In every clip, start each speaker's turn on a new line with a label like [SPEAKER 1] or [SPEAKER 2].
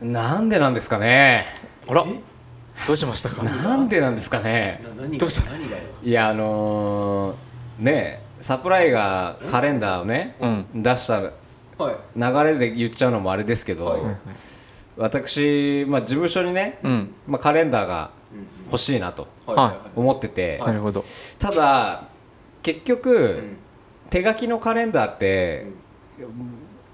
[SPEAKER 1] なんでなんですかね
[SPEAKER 2] あらどうしましたか
[SPEAKER 1] なんでなんですかね
[SPEAKER 3] な何
[SPEAKER 2] ど
[SPEAKER 3] が
[SPEAKER 2] うした
[SPEAKER 3] 何がよ
[SPEAKER 1] いやあのーねえサプライがカレンダーをね、
[SPEAKER 2] うん
[SPEAKER 1] 出した
[SPEAKER 3] はい
[SPEAKER 1] 流れで言っちゃうのもあれですけど、
[SPEAKER 3] はい
[SPEAKER 1] 私、まあ、事務所にね、
[SPEAKER 2] うん
[SPEAKER 1] まあ、カレンダーが欲しいなと
[SPEAKER 3] はい
[SPEAKER 2] はい
[SPEAKER 3] はい
[SPEAKER 1] 思ってて、
[SPEAKER 2] なるほど
[SPEAKER 1] ただ結局、
[SPEAKER 3] ん
[SPEAKER 1] 手書きのカレンダーって、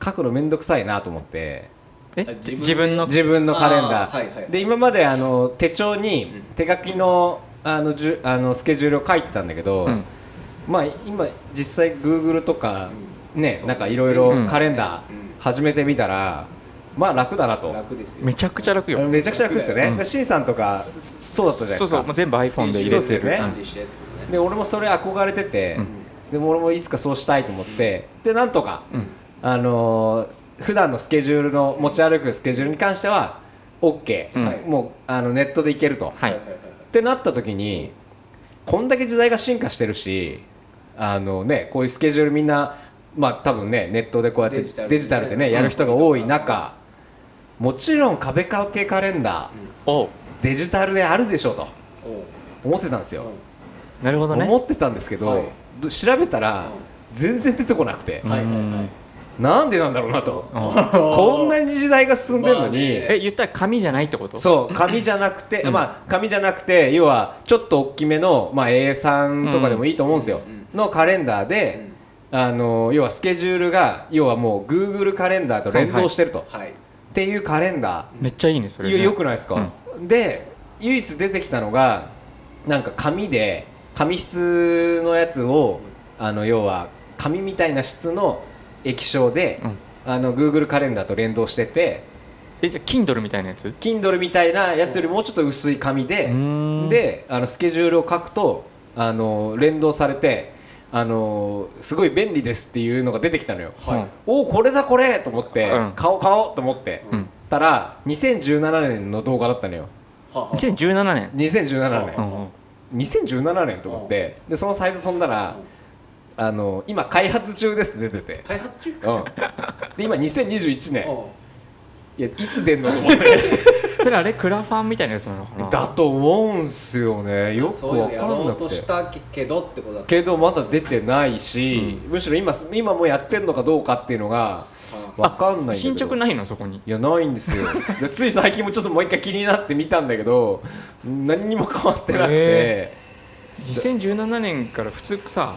[SPEAKER 1] 書くのめんどくさいなと思って
[SPEAKER 2] え
[SPEAKER 3] あ自分で
[SPEAKER 2] 自分の
[SPEAKER 1] 自分のカレンダー
[SPEAKER 3] あーはいはい
[SPEAKER 1] で今まであの手帳に手書きのあのじゅあのスケジュールを書いてたんだけど、
[SPEAKER 2] うん
[SPEAKER 1] まあ今実際 Google とかね、
[SPEAKER 3] そう
[SPEAKER 1] なんかいろいろ
[SPEAKER 2] うん
[SPEAKER 1] カレンダー
[SPEAKER 3] う
[SPEAKER 1] 始めてみたら、まあ楽だなと
[SPEAKER 3] 楽ですよ
[SPEAKER 2] めちゃくちゃ楽
[SPEAKER 1] あの
[SPEAKER 2] よ
[SPEAKER 1] めちゃくちゃ楽ですよね、
[SPEAKER 2] うん
[SPEAKER 1] で C さんとかそそうだったじゃないですか
[SPEAKER 2] そうそうもう全部 iPhone で入れ
[SPEAKER 1] そうで
[SPEAKER 2] て
[SPEAKER 1] すよね
[SPEAKER 2] る
[SPEAKER 3] 管理してってことね
[SPEAKER 1] で俺もそれ憧れてて、でも俺もいつかそうしたいと思って、でなんとか、あのー普段のスケジュールの持ち歩くスケジュールに関しては OK、
[SPEAKER 3] はい
[SPEAKER 1] もうあのネットでいけると、
[SPEAKER 2] は
[SPEAKER 3] はい
[SPEAKER 2] い
[SPEAKER 3] はいはい
[SPEAKER 1] ってなった時にこんだけ時代が進化してるしあのねこういうスケジュールみんなまあ多分ねネットでこうやって
[SPEAKER 3] デジタルで
[SPEAKER 1] デジタルでねやる人が多い中、もちろん壁掛けカレンダー、
[SPEAKER 2] おう
[SPEAKER 1] デジタルであるでしょうと
[SPEAKER 3] おう
[SPEAKER 1] 思ってたんですよ、
[SPEAKER 3] う
[SPEAKER 2] なるほどね
[SPEAKER 1] 思ってたんですけど、
[SPEAKER 3] はい
[SPEAKER 1] ど調べたら全然出てこなくて、
[SPEAKER 3] んはいはいはい
[SPEAKER 1] なんでなんだろうな と、こんなに時代が進んでるのに、
[SPEAKER 3] まあね
[SPEAKER 2] え言ったら紙じゃないってこと
[SPEAKER 1] そう紙じゃなくて、まあ紙じゃなくて要はちょっと大きめの、まあ、A3 とかでもいいと思うんですよ、のカレンダーで、あの要はスケジュールが要はもう Google カレンダーと連動してると、
[SPEAKER 3] はい
[SPEAKER 1] っていうカレンダ
[SPEAKER 2] めっちゃいいねそ
[SPEAKER 1] ー、
[SPEAKER 2] れ
[SPEAKER 1] い
[SPEAKER 2] ね
[SPEAKER 1] やよくないですか、で唯一出てきたのがなんか紙で紙質のやつをあの要は紙みたいな質の液晶で、
[SPEAKER 2] うん
[SPEAKER 1] あの Google カレンダーと連動してて
[SPEAKER 2] えじゃあ Kindle みたいなやつ
[SPEAKER 1] Kindle みたいなやつよりもうちょっと薄い紙で、
[SPEAKER 2] うん
[SPEAKER 1] であのスケジュールを書くとあの連動されてあのすごい便利ですっていうのが出てきたのよ、
[SPEAKER 3] はい
[SPEAKER 2] うん
[SPEAKER 1] おおこれだこれと思って、
[SPEAKER 2] うん
[SPEAKER 1] 買おう買おうと思って、
[SPEAKER 2] うん
[SPEAKER 1] たら2017年の動画だったのよ
[SPEAKER 3] はあはあ
[SPEAKER 2] 2017年
[SPEAKER 1] 2017
[SPEAKER 2] う
[SPEAKER 1] 年、
[SPEAKER 2] んうん
[SPEAKER 1] 2017年と思ってでそのサイト飛んだら、あの今開発中ですって出てて、
[SPEAKER 3] 開発中
[SPEAKER 1] うん、で今2021年
[SPEAKER 3] おう
[SPEAKER 1] いやいつ出んのと思って
[SPEAKER 2] それあれクラファンみたいなやつなのかな
[SPEAKER 1] だと思うんすよねよく
[SPEAKER 3] そういう
[SPEAKER 1] わ
[SPEAKER 3] の
[SPEAKER 1] か
[SPEAKER 3] や
[SPEAKER 1] ら
[SPEAKER 3] ろ
[SPEAKER 1] な
[SPEAKER 3] うと
[SPEAKER 1] くて
[SPEAKER 3] したけどってことだった
[SPEAKER 1] けどまだ出てないし、むしろ今今もうやってるのかどうかっていうのがわかんないんだけど
[SPEAKER 2] 進捗ないのそこに
[SPEAKER 1] いやないんですよでつい最近もちょっともう一回気になって見たんだけど何にも変わってなくて、
[SPEAKER 2] へ2017年から普通さ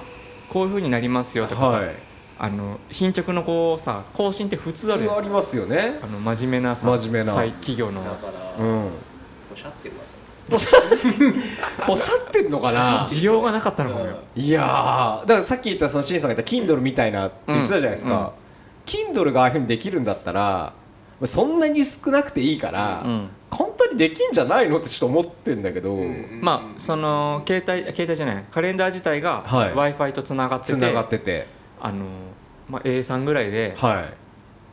[SPEAKER 2] こういう風になりますよとかさ、
[SPEAKER 1] はい
[SPEAKER 2] あの進捗のこうさ更新って普通ある
[SPEAKER 1] あ
[SPEAKER 2] よ
[SPEAKER 1] りますよね
[SPEAKER 2] あの真面目なさ
[SPEAKER 1] 真面目な
[SPEAKER 2] さい企業の
[SPEAKER 3] だから
[SPEAKER 1] うん
[SPEAKER 3] おしゃってくださ
[SPEAKER 1] おっしゃってんのかな
[SPEAKER 2] 需要がなかったの
[SPEAKER 3] い
[SPEAKER 2] かもよ
[SPEAKER 1] いやーだからさっき言ったそのシンさんが言った Kindle みたいなって言ってたじゃないですか、Kindle がああいうふうにできるんだったらそんなに少なくていいから、
[SPEAKER 2] うん
[SPEAKER 1] 簡単にできんじゃないのってちょっと思ってんだけど、
[SPEAKER 2] まあその携帯携帯じゃないカレンダー自体が
[SPEAKER 1] はい
[SPEAKER 2] w i f i とつながって
[SPEAKER 1] つ
[SPEAKER 2] て,、
[SPEAKER 1] ながってて
[SPEAKER 2] あの、まあ、A3 ぐらいで
[SPEAKER 1] はい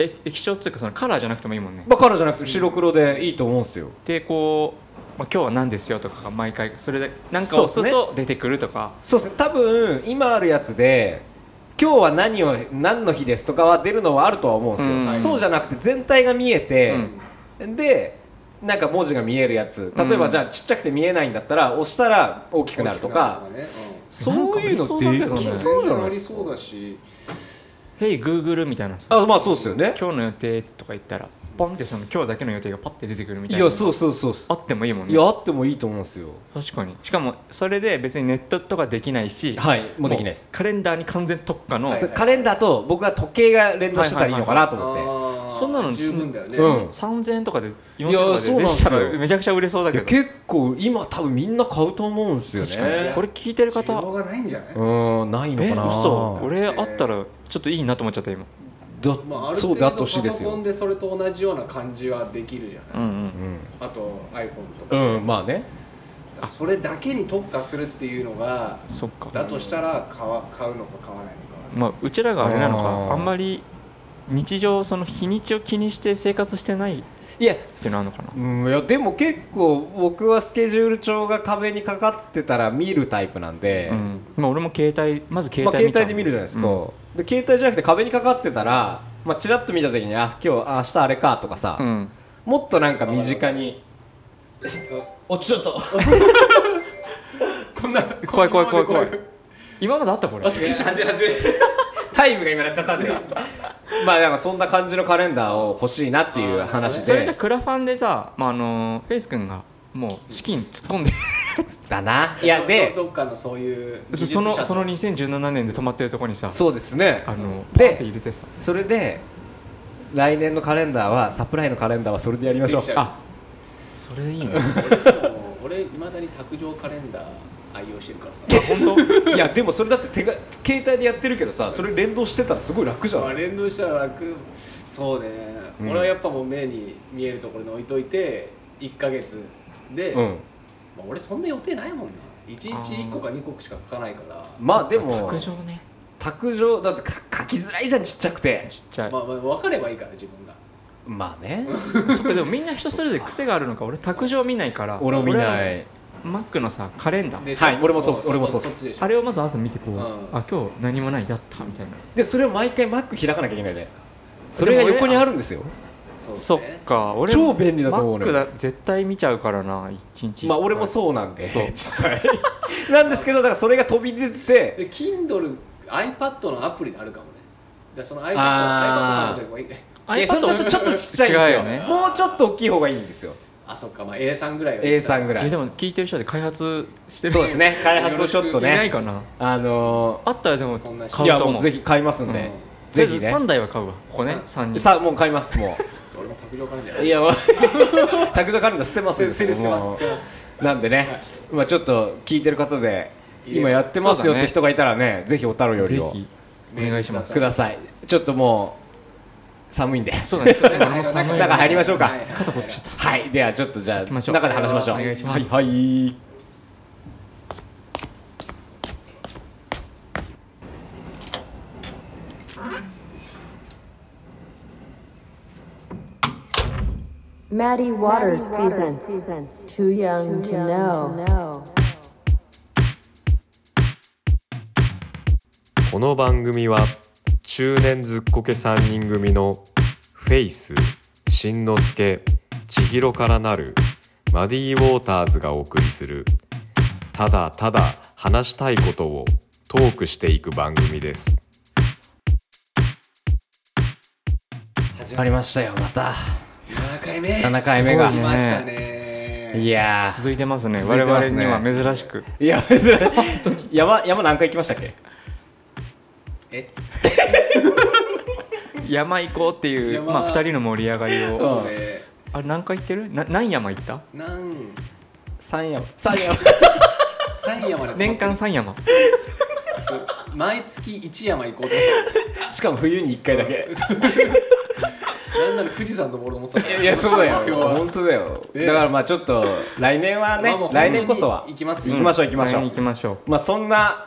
[SPEAKER 2] え液晶っていうかそのカラーじゃなくてもいいもんね
[SPEAKER 1] まあカラーじゃなくて白黒でいいと思うんですよ
[SPEAKER 2] でこう、まあ、今日は何ですよとかが毎回それでなんか押す
[SPEAKER 1] そ
[SPEAKER 2] と出てくるとか、
[SPEAKER 1] そうですね多分今あるやつで今日は何を何の日ですとかは出るのはあるとは思うんですよ、
[SPEAKER 2] うんはい
[SPEAKER 1] そうじゃなくて全体が見えて、でなんか文字が見えるやつ例えば
[SPEAKER 2] うん
[SPEAKER 1] じゃあちっちゃくて見えないんだったら押したら大きくなるとか
[SPEAKER 3] 大きくなるとかね
[SPEAKER 1] そういうのってで
[SPEAKER 2] うん
[SPEAKER 1] き
[SPEAKER 3] そ
[SPEAKER 1] そうう
[SPEAKER 3] じ
[SPEAKER 1] じ
[SPEAKER 3] ゃ
[SPEAKER 1] ゃ
[SPEAKER 3] な
[SPEAKER 1] ないい
[SPEAKER 3] で
[SPEAKER 1] ですす
[SPEAKER 3] か
[SPEAKER 1] か
[SPEAKER 3] そうだし
[SPEAKER 2] 「Hey Google」みたいなさ
[SPEAKER 1] あまあそうですよね
[SPEAKER 2] 今日の予定とか言ったらポンってその今日だけの予定がパッて出てくるみ
[SPEAKER 1] い
[SPEAKER 2] たいな
[SPEAKER 1] やそうそうそうっす
[SPEAKER 2] あってもいいもん
[SPEAKER 1] い
[SPEAKER 2] ね
[SPEAKER 1] やあってもいいと思うんですよ
[SPEAKER 2] 確かにしかもそれで別にネットとかできないし
[SPEAKER 1] はいもうできないです
[SPEAKER 2] もうカレンダーに完全特化の、
[SPEAKER 3] はい
[SPEAKER 1] それカレンダーと僕は時計が連動してたらいいのかなと思って、
[SPEAKER 3] あー
[SPEAKER 2] そんなの
[SPEAKER 3] 十分だよね
[SPEAKER 1] うん
[SPEAKER 2] 3000円とかで4000
[SPEAKER 1] いや
[SPEAKER 2] 円と
[SPEAKER 1] そう
[SPEAKER 2] かで
[SPEAKER 1] なんで
[SPEAKER 2] で
[SPEAKER 1] す
[SPEAKER 2] き
[SPEAKER 1] よ
[SPEAKER 2] たらめちゃくちゃ売れそうだ
[SPEAKER 1] い
[SPEAKER 2] け
[SPEAKER 1] や
[SPEAKER 2] ど
[SPEAKER 1] 結構今多分みんな買うと思うんですよ
[SPEAKER 2] 確かに
[SPEAKER 1] ね
[SPEAKER 2] これ聞いてる
[SPEAKER 3] 需要
[SPEAKER 2] 方
[SPEAKER 3] がないんじゃない
[SPEAKER 1] うんないの
[SPEAKER 2] え
[SPEAKER 1] かな
[SPEAKER 2] 嘘俺
[SPEAKER 3] え
[SPEAKER 2] あ
[SPEAKER 3] ー
[SPEAKER 2] ったらちょっといいなと思っちゃった今
[SPEAKER 1] だ
[SPEAKER 3] まあある
[SPEAKER 1] そ
[SPEAKER 3] 程
[SPEAKER 1] うであ
[SPEAKER 3] 度
[SPEAKER 1] って
[SPEAKER 3] パ
[SPEAKER 1] ほしいで
[SPEAKER 3] ソ
[SPEAKER 1] す
[SPEAKER 3] コン
[SPEAKER 1] よ
[SPEAKER 3] でそれと同じような感じはできるじゃ
[SPEAKER 2] う
[SPEAKER 3] ない
[SPEAKER 2] んうん
[SPEAKER 3] あと iPhone と
[SPEAKER 1] う
[SPEAKER 3] か
[SPEAKER 1] ん、うん、まあね
[SPEAKER 3] あそれだけに特化するっていうのが
[SPEAKER 2] そっか
[SPEAKER 3] だとしたら買わ買うのか買わないのか
[SPEAKER 2] まあうちらがあれなのか
[SPEAKER 1] あー
[SPEAKER 2] あんまり日常その日にちを気にして生活してないっ
[SPEAKER 1] いや,、
[SPEAKER 2] ていうのあるのかな
[SPEAKER 1] うん、いやでも結構僕はスケジュール帳が壁にかかってたら見るタイプなんで、
[SPEAKER 2] うんまあ俺も携帯まず携
[SPEAKER 1] まあ、
[SPEAKER 2] 帯
[SPEAKER 1] 携
[SPEAKER 2] ちゃう
[SPEAKER 1] 帯で見るじゃないですか、
[SPEAKER 2] うん
[SPEAKER 1] で携帯じゃなくて壁にかかってたらまあ、チラッと見た時にあ今日あ明日あれかとかさ、
[SPEAKER 2] うん
[SPEAKER 1] もっとなんか身近に落ちちゃった
[SPEAKER 3] こんな
[SPEAKER 2] 怖い怖い怖い怖い
[SPEAKER 3] こんな
[SPEAKER 2] 今まであったこれ
[SPEAKER 1] いや始め始めタイムが今なっちゃったんでまあなんかそんな感じのカレンダーを欲しいなっていう話
[SPEAKER 2] それじゃ
[SPEAKER 1] で
[SPEAKER 2] クラファンでさ、まあ、あのフェイス君がもう資金突っ込んで
[SPEAKER 1] だないやで
[SPEAKER 3] どどっかのそういう技術
[SPEAKER 2] そ
[SPEAKER 3] 者
[SPEAKER 2] の
[SPEAKER 3] と
[SPEAKER 2] その2017年で止まってるとこにさ
[SPEAKER 1] そうですね
[SPEAKER 2] あのパ
[SPEAKER 1] で
[SPEAKER 2] ーって入れてさ
[SPEAKER 1] それで来年のカレンダーはサプライのカレンダーはそれでやりましょう
[SPEAKER 3] できちゃう
[SPEAKER 2] あそれいいね
[SPEAKER 3] 俺もう俺いまだに卓上カレンダー愛用してるからさ
[SPEAKER 2] 本
[SPEAKER 1] いやでもそれだって手が携帯でやってるけどさそれ連動してたらすごい楽じゃ
[SPEAKER 3] まあ
[SPEAKER 1] ん
[SPEAKER 3] 連動したら楽そうね、
[SPEAKER 1] うん
[SPEAKER 3] 俺はやっぱもう目に見えるところに置いといて1ヶ月で、
[SPEAKER 1] うん
[SPEAKER 3] まあ、俺そんな予定ないもんな1日1個か2個しか書かないから
[SPEAKER 1] まあで
[SPEAKER 2] 当
[SPEAKER 1] も
[SPEAKER 2] 卓上ね
[SPEAKER 1] 卓上だってか書きづらいじゃんちっちゃくて
[SPEAKER 2] ちっちゃい
[SPEAKER 3] まあ、まあ、分かればいいから自分が
[SPEAKER 1] まあね
[SPEAKER 2] そっかでもみんな人それぞれ癖があるのか俺卓上見ないから
[SPEAKER 1] 俺も見ないい
[SPEAKER 2] 俺のマックのさカレンダー
[SPEAKER 3] で
[SPEAKER 1] はい俺もそうっす俺もそうっす
[SPEAKER 3] っちでしょ
[SPEAKER 2] あれをまず朝見てこう、
[SPEAKER 3] うん
[SPEAKER 2] あ今日何もないやったみたいな
[SPEAKER 1] でそれを毎回 Mac 開かなきゃいけないじゃないですかそれが
[SPEAKER 2] でも俺
[SPEAKER 1] 横にあるんですよ
[SPEAKER 3] そう
[SPEAKER 2] そっ
[SPEAKER 3] ね
[SPEAKER 2] か俺
[SPEAKER 1] 超便利だと思う
[SPEAKER 2] マ
[SPEAKER 1] ね
[SPEAKER 2] ックだ絶対見ちゃうからな一日
[SPEAKER 1] まあ俺もそうなんで
[SPEAKER 2] そう
[SPEAKER 1] 実際 なんですけどだからそれが飛び出て
[SPEAKER 3] で Kindle iPad のアプリであるかもねでその iPad
[SPEAKER 1] あー
[SPEAKER 3] iPad 買うのいいね
[SPEAKER 1] いやそれだとちょっとちっちゃいん
[SPEAKER 2] 違うよ
[SPEAKER 1] です
[SPEAKER 2] ね
[SPEAKER 1] よもうちょっと大きい方がいいんですよ
[SPEAKER 3] あそっかまあ A さんぐらいは
[SPEAKER 1] A さんぐ
[SPEAKER 2] い
[SPEAKER 1] ら
[SPEAKER 2] や
[SPEAKER 1] い
[SPEAKER 2] で
[SPEAKER 1] そ
[SPEAKER 2] も聞いてる人で開発してる
[SPEAKER 1] うですね開発をちょっと
[SPEAKER 2] いない
[SPEAKER 1] ね
[SPEAKER 2] かな
[SPEAKER 1] あの
[SPEAKER 2] あったらでも
[SPEAKER 3] そんな人
[SPEAKER 1] ーい
[SPEAKER 2] 買う
[SPEAKER 1] や
[SPEAKER 2] と
[SPEAKER 1] も
[SPEAKER 2] 思
[SPEAKER 1] う
[SPEAKER 2] う
[SPEAKER 1] ぜひ買いますんで
[SPEAKER 3] う
[SPEAKER 1] ぜひね
[SPEAKER 2] 3台は買うわここね3人
[SPEAKER 1] さあもう買いますも
[SPEAKER 3] 俺も卓上カレンダ ー
[SPEAKER 1] ういやもう 卓上カレンダー捨てますん
[SPEAKER 3] セ
[SPEAKER 1] で
[SPEAKER 3] セルしてます
[SPEAKER 1] もう
[SPEAKER 3] 捨てます
[SPEAKER 1] なんでね、まあちょっと聞いてる方で
[SPEAKER 3] いいね
[SPEAKER 1] 今やってます
[SPEAKER 2] そ
[SPEAKER 1] よ
[SPEAKER 2] う
[SPEAKER 1] っ
[SPEAKER 2] だね
[SPEAKER 1] て人がいたらねぜひおたろより
[SPEAKER 2] ぜ
[SPEAKER 1] を
[SPEAKER 2] ひお願いします
[SPEAKER 1] くださいちょっともう寒いんで
[SPEAKER 2] そうだねそうだね俺も
[SPEAKER 1] い
[SPEAKER 2] 寒
[SPEAKER 1] よ
[SPEAKER 2] い
[SPEAKER 1] 中入りましょうか
[SPEAKER 3] 肩こっちゃっ
[SPEAKER 1] はいではちょっとじゃあ
[SPEAKER 2] きましょう
[SPEAKER 1] 中で話しましょう
[SPEAKER 2] お願いします
[SPEAKER 1] はいはい
[SPEAKER 4] Maddie Waters, presents, Too Young, to, know.
[SPEAKER 5] この番組は中年ずっこけ3人組のフェイスしんのすけ千尋からなるマディ・ウォーターズがお送りするただただ話したいことをトークしていく番組です。
[SPEAKER 1] 始まりましたよまた
[SPEAKER 3] 7回目
[SPEAKER 1] 7回目が
[SPEAKER 3] 来ました
[SPEAKER 1] い
[SPEAKER 3] ね
[SPEAKER 1] やー
[SPEAKER 2] 続いてますね
[SPEAKER 1] 続いてます
[SPEAKER 2] 我
[SPEAKER 1] ね
[SPEAKER 2] 々には珍しく
[SPEAKER 1] いや別に山山何回行きましたっけ
[SPEAKER 3] え
[SPEAKER 2] 山行こうっていう、
[SPEAKER 3] 山
[SPEAKER 2] まあ、2人の盛り上がり
[SPEAKER 1] そ
[SPEAKER 2] を
[SPEAKER 1] う
[SPEAKER 3] そうね
[SPEAKER 2] あれ何回行ってるな何山行った
[SPEAKER 3] なん
[SPEAKER 1] 三山三山
[SPEAKER 3] 3山で
[SPEAKER 2] 年間3山
[SPEAKER 3] 毎月1山行こうと
[SPEAKER 1] しかも冬に一回だけ
[SPEAKER 3] 思ってなんなら富士山登ろうと思ってたから
[SPEAKER 1] いやそうだよ
[SPEAKER 3] 今日は
[SPEAKER 1] 本当だよ
[SPEAKER 3] ね
[SPEAKER 1] だからまあちょっと来年は
[SPEAKER 3] ま
[SPEAKER 1] ね
[SPEAKER 3] あもう
[SPEAKER 1] 来年こそは
[SPEAKER 3] 本当に行きますよ
[SPEAKER 1] 行きましょう行きましょ
[SPEAKER 2] 来年行き
[SPEAKER 1] う
[SPEAKER 2] ましょ
[SPEAKER 1] まあそんな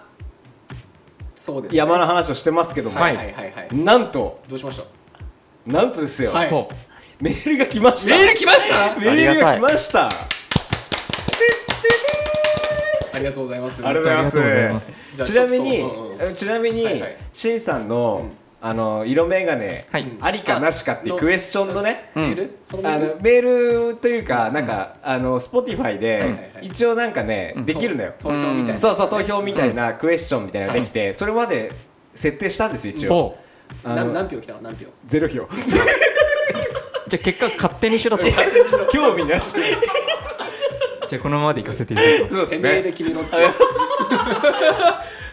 [SPEAKER 3] そうですね
[SPEAKER 1] 山の話をしてますけども
[SPEAKER 2] は
[SPEAKER 3] はいはいはいはい
[SPEAKER 1] なんと
[SPEAKER 3] どうしました
[SPEAKER 1] なんとですよ
[SPEAKER 3] は
[SPEAKER 2] う
[SPEAKER 3] い
[SPEAKER 2] ほ
[SPEAKER 1] メールが来ました
[SPEAKER 3] メール来ました
[SPEAKER 1] メールが来ました
[SPEAKER 3] ありがとうございます
[SPEAKER 1] ありがとうご
[SPEAKER 2] ありがとうご
[SPEAKER 1] ざ
[SPEAKER 2] ざ
[SPEAKER 1] い
[SPEAKER 2] い
[SPEAKER 1] ま
[SPEAKER 2] ます
[SPEAKER 3] じゃあ
[SPEAKER 1] ちなみに
[SPEAKER 3] ちょっとうん
[SPEAKER 1] ちなみに、
[SPEAKER 3] はいはい
[SPEAKER 1] しんさんの、あの色眼鏡、
[SPEAKER 2] はい
[SPEAKER 1] ありかなしかっていうクエスチョンのね
[SPEAKER 3] メールそのメ
[SPEAKER 1] あ
[SPEAKER 3] ー
[SPEAKER 1] の
[SPEAKER 3] ル
[SPEAKER 1] メールというか、なんかあの Spotify で、
[SPEAKER 3] はいはい
[SPEAKER 1] 一応なんかね、できるのよ、
[SPEAKER 3] 投票みたいな
[SPEAKER 1] そうそう投票みたいなクエスチョンみたいなのができて、それまで設定したんですよ一応、
[SPEAKER 2] うほう
[SPEAKER 1] あ
[SPEAKER 3] な
[SPEAKER 1] の
[SPEAKER 3] 何票来たの何票
[SPEAKER 1] ゼロ票
[SPEAKER 2] じゃあ結果勝手にしろと
[SPEAKER 1] 興味 なし
[SPEAKER 2] じゃあこのままで行かせていただきます
[SPEAKER 1] そう
[SPEAKER 3] て
[SPEAKER 1] で
[SPEAKER 3] めえ
[SPEAKER 1] す
[SPEAKER 3] で
[SPEAKER 1] ね
[SPEAKER 3] 決めろって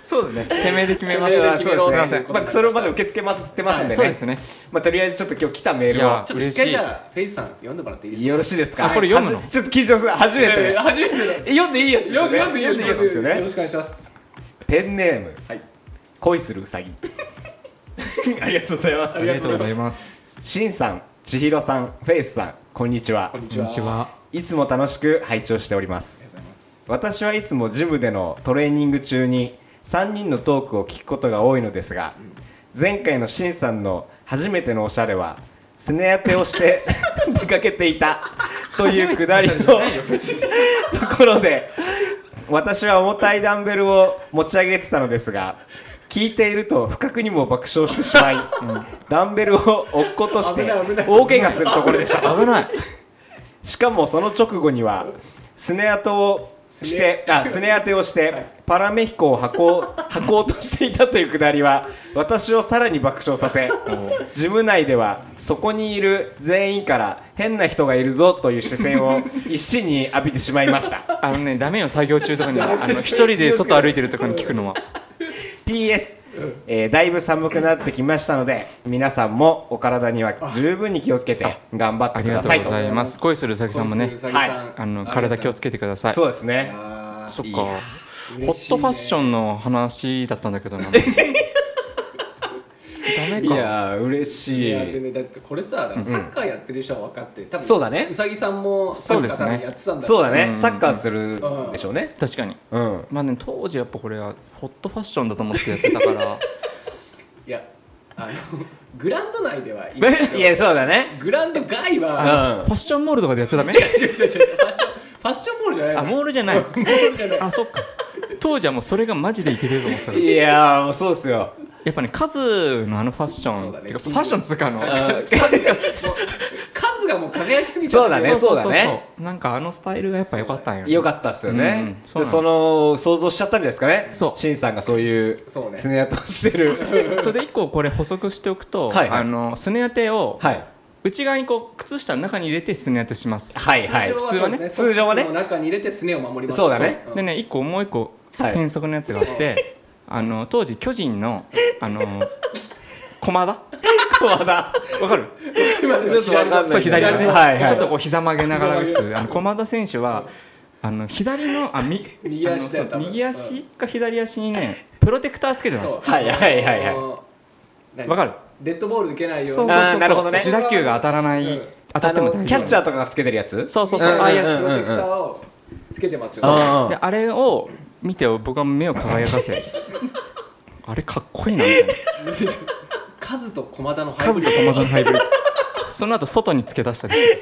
[SPEAKER 2] そうだねてめえで決めま
[SPEAKER 1] い
[SPEAKER 2] す
[SPEAKER 1] や
[SPEAKER 3] め
[SPEAKER 1] そう
[SPEAKER 3] え
[SPEAKER 1] です
[SPEAKER 3] すい
[SPEAKER 1] ね
[SPEAKER 3] ません
[SPEAKER 1] まあ、それをまだ受け付け待ってますんでね,、
[SPEAKER 2] そうですね
[SPEAKER 1] まあ、とりあえずちょっと今日来たメー
[SPEAKER 2] い
[SPEAKER 1] ルを
[SPEAKER 2] や
[SPEAKER 3] ちょっと一
[SPEAKER 2] 嬉
[SPEAKER 3] 回
[SPEAKER 2] しい
[SPEAKER 3] じゃあフェイスさん読んでもらっていいですか
[SPEAKER 1] よろしいですか
[SPEAKER 2] あこれ読むの
[SPEAKER 1] はじちょっと緊張する初めて
[SPEAKER 3] えー
[SPEAKER 1] ね
[SPEAKER 3] 初めてだ
[SPEAKER 1] え読んでいいやつですよね
[SPEAKER 3] 読んで読んで
[SPEAKER 1] 読んでいいやつですよ
[SPEAKER 3] よろ
[SPEAKER 1] ね
[SPEAKER 3] しくお願いします
[SPEAKER 1] ペンネーム
[SPEAKER 3] はい
[SPEAKER 1] 恋するうさぎ ありがとうございま
[SPEAKER 2] あ
[SPEAKER 1] す
[SPEAKER 2] りがとうございます
[SPEAKER 1] しんさん千尋さんフェイスさんこんにちは
[SPEAKER 3] こんに
[SPEAKER 2] こ
[SPEAKER 3] ち
[SPEAKER 2] ん
[SPEAKER 3] は
[SPEAKER 2] にちはい
[SPEAKER 1] つも楽しく拝聴しております私はいつもジムでのトレーニング中に3人のトークを聞くことが多いのですが、前回のしんさんの初めてのおしゃれはすね当てをして 出かけていたというくだりのところで私は重たいダンベルを持ち上げてたのですが聞いていると不覚にも爆笑してしまい、ダンベルを落っことして
[SPEAKER 3] 危ない危ない
[SPEAKER 1] 大怪我するところでした
[SPEAKER 2] 危ない
[SPEAKER 1] しかもその直後にはスネ当てをしてあスネ当てをしてパラメヒコを履こう履こうとしていたというくだりは私をさらに爆笑させ事務内ではそこにいる全員から変な人がいるぞという視線を一身に浴びてしまいました
[SPEAKER 2] あのねダメよ作業中とかにあの一人で外歩いてるとかに聞くのは
[SPEAKER 1] PS、えーだいぶ寒くなってきましたので皆さんもお体には十分に気をつけて頑張っ
[SPEAKER 2] あ
[SPEAKER 1] てく
[SPEAKER 2] り
[SPEAKER 1] だ
[SPEAKER 2] がと
[SPEAKER 1] さい
[SPEAKER 2] うご
[SPEAKER 1] と
[SPEAKER 2] ざいます恋するうさぎさんもね
[SPEAKER 3] 恋するうさぎさん
[SPEAKER 1] はい
[SPEAKER 2] あの体気をつけてください
[SPEAKER 1] そうですね
[SPEAKER 3] あ
[SPEAKER 2] そっか
[SPEAKER 5] いや
[SPEAKER 2] ホ
[SPEAKER 3] ー
[SPEAKER 2] ットファッションの話だったんだけどなダメ
[SPEAKER 1] い
[SPEAKER 2] か
[SPEAKER 1] やー嬉
[SPEAKER 3] ーい
[SPEAKER 1] し
[SPEAKER 3] やで
[SPEAKER 1] い
[SPEAKER 3] ねだってこれさだからサッカーやってる人は分かって多分
[SPEAKER 1] そうだね
[SPEAKER 3] うさぎさんも
[SPEAKER 2] そうですね
[SPEAKER 3] 多分やってたんだ
[SPEAKER 1] そう
[SPEAKER 3] ね
[SPEAKER 1] だねサッカーするでしょうね
[SPEAKER 2] 確かに
[SPEAKER 1] うん
[SPEAKER 2] まあね当時やっぱこれはホットファッションだと思ってやってたから
[SPEAKER 3] いやあの グラウンド内ではいい
[SPEAKER 1] いやそうだね
[SPEAKER 3] グラウンド外
[SPEAKER 1] う
[SPEAKER 3] は
[SPEAKER 2] フ
[SPEAKER 1] ん
[SPEAKER 2] ァッションモールとかでやっちゃダメ
[SPEAKER 3] 違う違う違うファッションファッションモールじゃないの
[SPEAKER 2] あモールじゃない
[SPEAKER 3] モールじゃない
[SPEAKER 2] あそっか当時はもうそれがマジでいけてると思ってたから
[SPEAKER 1] いやーもうそうっすよ
[SPEAKER 2] やっぱねカズのあのファッショ
[SPEAKER 3] そ
[SPEAKER 2] ン、
[SPEAKER 3] うだね
[SPEAKER 2] てかファッションっつうかあの
[SPEAKER 3] 数がもう数がもう輝きすぎち
[SPEAKER 1] そ
[SPEAKER 3] ゃって
[SPEAKER 1] うだねそうだね
[SPEAKER 2] そうなんかあのスタイルがやっぱ良かったんよね
[SPEAKER 1] よかったっすよ
[SPEAKER 2] うんうん
[SPEAKER 1] ね
[SPEAKER 2] そう
[SPEAKER 1] で
[SPEAKER 2] な
[SPEAKER 1] そ
[SPEAKER 2] の
[SPEAKER 1] の想像しちゃったんじゃないですかね
[SPEAKER 2] そう
[SPEAKER 1] シンさんがそういう
[SPEAKER 3] そうね
[SPEAKER 1] スネアとしてる
[SPEAKER 2] それで一個これ補足しておくと、
[SPEAKER 1] はいはい
[SPEAKER 2] あのすね当てを
[SPEAKER 1] はい
[SPEAKER 2] 内側にこう靴下の中に入れてすね当てします、
[SPEAKER 1] はいはい
[SPEAKER 3] 通常は
[SPEAKER 2] 普通はね
[SPEAKER 3] そうです
[SPEAKER 1] 通常はね
[SPEAKER 3] ソックスの中に入れてすねを守ります
[SPEAKER 1] そうだね
[SPEAKER 2] でね一個もう一個
[SPEAKER 1] はい
[SPEAKER 2] 変則のやつが あって、あの当時巨人のあの駒田
[SPEAKER 1] 駒田
[SPEAKER 2] わかる
[SPEAKER 3] 今ち
[SPEAKER 1] ちょっとわかんない
[SPEAKER 2] そう左のね、
[SPEAKER 1] はいはい
[SPEAKER 2] ちょっとこう膝曲げながら打つあの駒田選手はあの左のあみ
[SPEAKER 3] 右足だよ
[SPEAKER 2] あの
[SPEAKER 3] 多
[SPEAKER 2] そう
[SPEAKER 3] 分
[SPEAKER 2] 右足か左足にねプロテクターつけてます
[SPEAKER 1] はいはいはいはい
[SPEAKER 3] い
[SPEAKER 2] わかる
[SPEAKER 3] デッドボール受けないように
[SPEAKER 2] そうそうそう
[SPEAKER 1] あ
[SPEAKER 2] そ
[SPEAKER 1] ー
[SPEAKER 2] う
[SPEAKER 1] なるほどね
[SPEAKER 2] 自打球が当たらない、
[SPEAKER 3] うん
[SPEAKER 2] 当た
[SPEAKER 1] あ
[SPEAKER 2] っても
[SPEAKER 1] の
[SPEAKER 2] 大丈夫
[SPEAKER 1] キャッチャ
[SPEAKER 2] ー
[SPEAKER 1] ーとかがつけてるやつ
[SPEAKER 2] そうそうそう、
[SPEAKER 1] うん
[SPEAKER 2] ああいう
[SPEAKER 3] プ
[SPEAKER 2] や
[SPEAKER 3] ロテクタ
[SPEAKER 1] うん
[SPEAKER 3] ーをつけてます
[SPEAKER 1] う
[SPEAKER 3] よね
[SPEAKER 1] んう
[SPEAKER 2] つ
[SPEAKER 1] ん
[SPEAKER 2] であれを見て僕は目を輝 かせあれかっこいいなみたいな
[SPEAKER 3] カズと駒田の配
[SPEAKER 2] カ
[SPEAKER 3] 置
[SPEAKER 2] ズと駒田のハイブリッドその後外につけ出したりして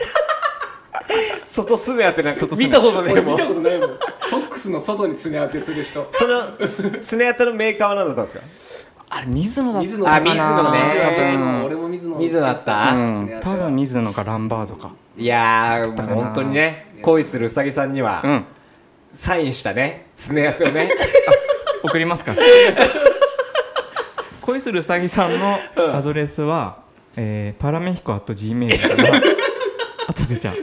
[SPEAKER 1] 外スネアってなんか
[SPEAKER 2] 外スネア
[SPEAKER 1] 見たことねえ
[SPEAKER 3] 俺
[SPEAKER 1] も
[SPEAKER 3] 見
[SPEAKER 1] ん
[SPEAKER 3] たことないもんソックスの外にすね当てする人
[SPEAKER 1] そのススネアとのメーカーは何だったんです
[SPEAKER 2] あれ水野だっ
[SPEAKER 3] 水野
[SPEAKER 1] あ
[SPEAKER 2] たかな
[SPEAKER 1] 水野ね
[SPEAKER 3] 水野俺も水野
[SPEAKER 1] 水野だった
[SPEAKER 2] うん、多分水野かランバードか
[SPEAKER 1] かいやーもう本当にね恋するうさぎさんには
[SPEAKER 2] うん
[SPEAKER 1] サインしたねスネアとね
[SPEAKER 2] 送りますから恋するうさぎさんのアドレスは、えーパラメヒコ at gmail から後でじゃあ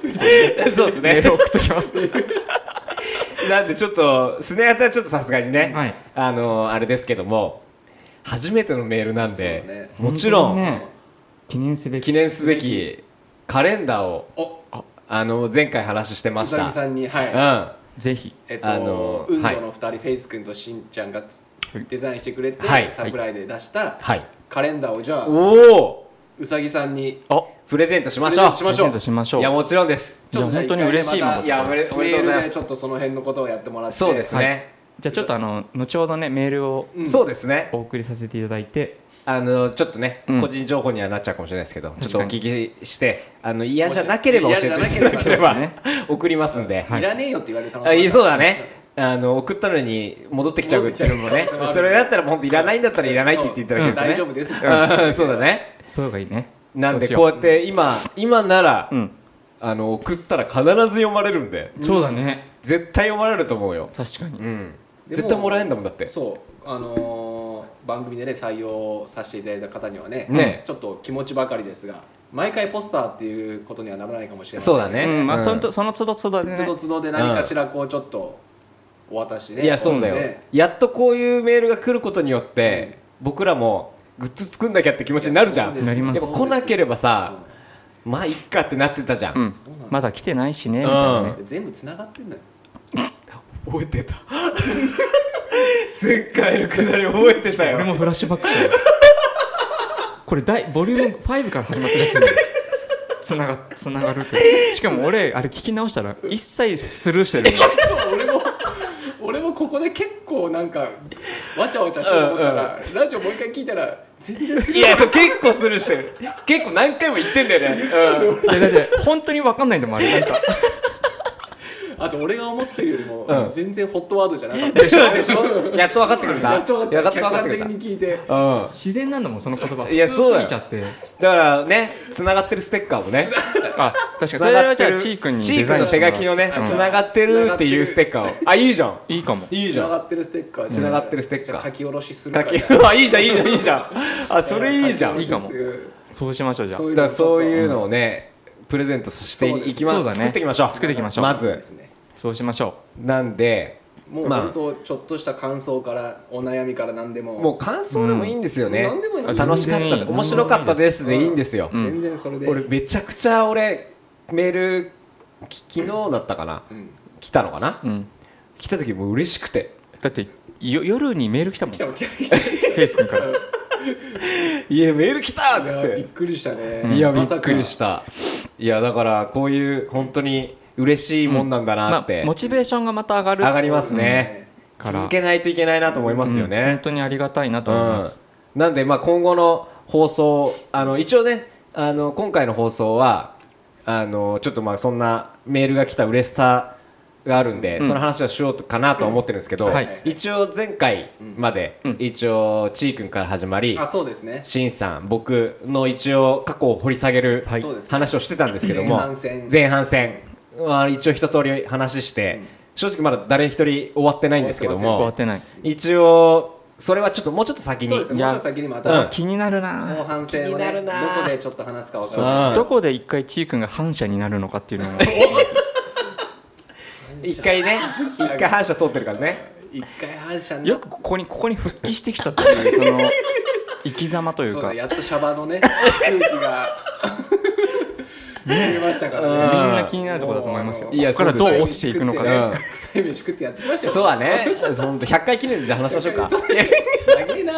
[SPEAKER 1] そうです
[SPEAKER 2] メー
[SPEAKER 1] ね
[SPEAKER 2] ル送っときます
[SPEAKER 1] なんでちょっとスネアとはちょっとさすがにね、
[SPEAKER 2] はい
[SPEAKER 1] あのあれですけども初めてのメールなんで、
[SPEAKER 3] そうね
[SPEAKER 1] もちろん、
[SPEAKER 2] 本当にね記念すべき
[SPEAKER 1] 記念すべきカレンダーを
[SPEAKER 3] お
[SPEAKER 1] あの前回話してま
[SPEAKER 3] う
[SPEAKER 1] し
[SPEAKER 3] さ
[SPEAKER 1] た
[SPEAKER 3] ぎさんにはい
[SPEAKER 1] うん
[SPEAKER 2] ぜひ
[SPEAKER 3] えっと、
[SPEAKER 1] あの
[SPEAKER 3] 運動
[SPEAKER 1] はい
[SPEAKER 3] の2人、フェイス君としんちゃんがつ
[SPEAKER 2] はい
[SPEAKER 3] デザインしてくれて、
[SPEAKER 1] はい
[SPEAKER 3] サプライで出した、
[SPEAKER 1] はい
[SPEAKER 3] カレンダーをじゃあ
[SPEAKER 1] おお
[SPEAKER 3] うさぎさんに
[SPEAKER 2] あ
[SPEAKER 1] プレゼントしまし
[SPEAKER 3] プレ
[SPEAKER 1] ょ
[SPEAKER 3] ゼン
[SPEAKER 1] う
[SPEAKER 2] プレゼ
[SPEAKER 3] トしましょう
[SPEAKER 2] ントしましょう
[SPEAKER 1] いやもちろんです
[SPEAKER 3] ちょっとじゃあ
[SPEAKER 2] 本当に嬉しいもの
[SPEAKER 3] 一回また
[SPEAKER 1] いやおめでとうございます
[SPEAKER 3] メールでちょっとその辺のことをやってもらって
[SPEAKER 1] そうですね、
[SPEAKER 2] じゃあちょっとあの後ほどねメールを
[SPEAKER 3] ん
[SPEAKER 1] そうですね
[SPEAKER 2] お送りさせていただいて、
[SPEAKER 1] あのちょっとね、
[SPEAKER 2] うん
[SPEAKER 1] 個人情報にはなっちゃうかもしれないですけどちょっとお
[SPEAKER 2] 確かに
[SPEAKER 1] 聞きしてあの嫌じゃなければ教えていただければ、
[SPEAKER 2] 嫌じゃな
[SPEAKER 1] 送りますんで、
[SPEAKER 3] いらねえよって言われたの
[SPEAKER 1] あいいそうだねあの送ったのに戻ってきちゃうっていうのもね
[SPEAKER 3] 戻ってきちゃう可能性もある
[SPEAKER 1] それだったら本当いらないんだったらいらないって言っていただけるとね、
[SPEAKER 3] 大丈夫ですって
[SPEAKER 1] うんそうだね
[SPEAKER 2] そういうのがいいね
[SPEAKER 1] なんで
[SPEAKER 2] そし
[SPEAKER 1] こ
[SPEAKER 2] よ
[SPEAKER 1] うやって今今なら、
[SPEAKER 2] うん
[SPEAKER 1] あの送ったら必ず読まれるんで
[SPEAKER 2] そうだね
[SPEAKER 1] 絶対読まれると思うよ、
[SPEAKER 2] 確かに、
[SPEAKER 1] うん、
[SPEAKER 3] でも
[SPEAKER 1] 絶対もらえんだもんだって
[SPEAKER 3] そうあのー番組でね採用させていただいた方にはね
[SPEAKER 1] ね
[SPEAKER 3] ちょっと気持ちばかりですが毎回ポスターっていうことにはならないかもしれません
[SPEAKER 1] そう
[SPEAKER 3] けど
[SPEAKER 1] だね、
[SPEAKER 2] うんまあ、
[SPEAKER 1] うん
[SPEAKER 2] そのとその都度都度でね
[SPEAKER 3] つどつどで何かしらこうちょっとお渡しね
[SPEAKER 1] いやそうだよ、
[SPEAKER 3] ね
[SPEAKER 1] やっとこういうメールが来ることによって、僕らもグッズ作んなきゃって気持ちになるじゃ
[SPEAKER 3] いやそうんです
[SPEAKER 2] なりま
[SPEAKER 1] で
[SPEAKER 2] す
[SPEAKER 1] も来なければさ、まあいっかってなってたじゃん、
[SPEAKER 2] うんまだ来てないしねみたいなね、
[SPEAKER 3] 全部つながってんのよ
[SPEAKER 1] 覚えてた 前回のくだり覚えてた
[SPEAKER 2] 俺
[SPEAKER 1] よ
[SPEAKER 2] もフラッシュバッ クしたよこれ大ボリューム5から始まったやつに つながつながるってしかも俺あれ聞き直したら一切スルーしてる
[SPEAKER 3] そう俺も俺もここで結構なんかわちゃわちゃしようと思ったら、ラジオもう一回聞いたら全然す
[SPEAKER 1] いやそう結構するしてる結構何回も言ってんだよね、うん
[SPEAKER 2] いやだって本当に分かんないんだもんあれなんか
[SPEAKER 3] あと俺が思ってるよりも
[SPEAKER 1] うん
[SPEAKER 3] 全然ホットワードじゃなかった
[SPEAKER 1] でしょでしょやっと分かってくれた
[SPEAKER 3] やっと分かった
[SPEAKER 1] や
[SPEAKER 3] 客
[SPEAKER 1] っと分かっ
[SPEAKER 3] 観
[SPEAKER 1] て
[SPEAKER 3] 的
[SPEAKER 1] くれ
[SPEAKER 3] に聞いて
[SPEAKER 1] たうん
[SPEAKER 2] 自然なんだもんその言葉
[SPEAKER 1] いや
[SPEAKER 2] 普
[SPEAKER 1] そうだ
[SPEAKER 2] 通す
[SPEAKER 1] よ
[SPEAKER 2] ぎちゃって
[SPEAKER 1] だからね繋がってるステッカーもね
[SPEAKER 2] あ確かにそ
[SPEAKER 1] 繋
[SPEAKER 2] れ
[SPEAKER 1] が
[SPEAKER 2] は
[SPEAKER 1] っ
[SPEAKER 2] じ
[SPEAKER 1] て
[SPEAKER 2] ゃあ
[SPEAKER 1] る
[SPEAKER 2] チー君に
[SPEAKER 1] チ
[SPEAKER 2] デ
[SPEAKER 1] ー
[SPEAKER 2] ザ
[SPEAKER 1] 君
[SPEAKER 2] イ
[SPEAKER 1] の
[SPEAKER 2] ンして
[SPEAKER 1] 手
[SPEAKER 2] もら
[SPEAKER 1] 書
[SPEAKER 2] う
[SPEAKER 1] きのね
[SPEAKER 2] うん
[SPEAKER 1] 繋がってるっていうステッカーをあいいじゃん
[SPEAKER 2] いいかも
[SPEAKER 1] いいじゃ
[SPEAKER 3] 繋
[SPEAKER 1] ん
[SPEAKER 3] がってるステッカー
[SPEAKER 1] 繋がってるステッカー
[SPEAKER 3] じゃあ書き下ろしする
[SPEAKER 1] 書
[SPEAKER 3] か
[SPEAKER 1] き あいいじゃんいいじゃんいいじゃんあそれいいじゃん
[SPEAKER 2] いいかもそうしましょうじゃあ
[SPEAKER 3] そう
[SPEAKER 1] だ
[SPEAKER 3] い
[SPEAKER 1] から
[SPEAKER 3] うのをちょっと
[SPEAKER 1] そういうのをねプレゼントしていきま
[SPEAKER 2] そうですそうだね
[SPEAKER 1] 作っていきましょう
[SPEAKER 2] 作っていきましょう
[SPEAKER 1] ま
[SPEAKER 3] で
[SPEAKER 1] ず
[SPEAKER 3] すね
[SPEAKER 2] そうしましょ
[SPEAKER 1] なんで
[SPEAKER 3] もう
[SPEAKER 1] まあ
[SPEAKER 3] 本当ちょっとした感想からお悩みから何でも
[SPEAKER 1] もう感想でもいいんですよね、
[SPEAKER 3] うん何でもいい
[SPEAKER 1] あ楽しかった
[SPEAKER 2] 全然いい
[SPEAKER 1] 面白かったですでいいんですよ、
[SPEAKER 3] 全然それで
[SPEAKER 1] 俺めちゃくちゃ俺メールき昨日だったかな、
[SPEAKER 3] ん
[SPEAKER 1] 来たのかな、
[SPEAKER 2] う、うん、
[SPEAKER 1] 来た時もう嬉しくて
[SPEAKER 2] だってよ夜にメール来たもん
[SPEAKER 3] 来た
[SPEAKER 2] フ
[SPEAKER 3] もん来た来た
[SPEAKER 2] ェイス君から
[SPEAKER 1] 「いやメール来た!」っ
[SPEAKER 3] い
[SPEAKER 1] つ
[SPEAKER 3] や
[SPEAKER 1] っ
[SPEAKER 3] ーびってくりしたね、
[SPEAKER 1] いやび
[SPEAKER 3] ま
[SPEAKER 1] っ
[SPEAKER 3] さか
[SPEAKER 1] くりしたいやだからこういう本当に嬉しいもんなんだな
[SPEAKER 2] ま
[SPEAKER 1] っ
[SPEAKER 2] あ
[SPEAKER 1] て、
[SPEAKER 2] モチベーションがまた上がる
[SPEAKER 1] 上がりますね
[SPEAKER 2] そうですね
[SPEAKER 1] 続けないといけないなと思いますよ
[SPEAKER 2] うん本
[SPEAKER 1] ね、
[SPEAKER 2] 当にありがたいなと
[SPEAKER 1] うん
[SPEAKER 2] 思います、
[SPEAKER 1] なんでまあ今後の放送あの一応ねあの今回の放送はあのちょっとまあそんなメールが来た嬉しさがあるんで、その話はしようとかなとは思ってるんですけど、
[SPEAKER 2] はい
[SPEAKER 1] 一応前回まで、一応ちーくんから始まり、
[SPEAKER 3] あそうですね
[SPEAKER 1] しんさん僕の一応過去を掘り下げる、
[SPEAKER 3] いそうですね
[SPEAKER 1] 話をしてたんですけども
[SPEAKER 3] 前半戦
[SPEAKER 1] 前半戦まあ一応一通り話して、正直まだ誰一人終わってないんですけど
[SPEAKER 3] うん
[SPEAKER 2] 終わ
[SPEAKER 1] も
[SPEAKER 2] ってない
[SPEAKER 1] 一応それはちょっともうちょっと先に
[SPEAKER 3] そうですね
[SPEAKER 2] いや
[SPEAKER 3] もうちょっと先にまた
[SPEAKER 1] うん
[SPEAKER 2] 気になる
[SPEAKER 3] 後
[SPEAKER 2] な
[SPEAKER 3] 半戦をねどこでちょっと話すか分からない
[SPEAKER 1] うん
[SPEAKER 2] どこで一回チー君が反射になるのかっていうのも
[SPEAKER 1] 一回ね一回反射通ってるからね
[SPEAKER 3] 一回反射にな
[SPEAKER 2] よくここにここに復帰してきたっていうその 生き様という
[SPEAKER 3] そう
[SPEAKER 2] か
[SPEAKER 3] だやっとシャバ のね空気が見えましたから
[SPEAKER 2] み
[SPEAKER 3] ね
[SPEAKER 2] んな気になるところだと思いますよ。こ
[SPEAKER 1] いや
[SPEAKER 2] こからど
[SPEAKER 1] そうです
[SPEAKER 2] う
[SPEAKER 1] よ
[SPEAKER 2] 落ちていくのか
[SPEAKER 1] う
[SPEAKER 2] ね。
[SPEAKER 1] ん
[SPEAKER 3] 臭い飯食ってやってきましたよ
[SPEAKER 1] そうだね本当100回記念でじゃあ話しましょうか
[SPEAKER 3] 長いな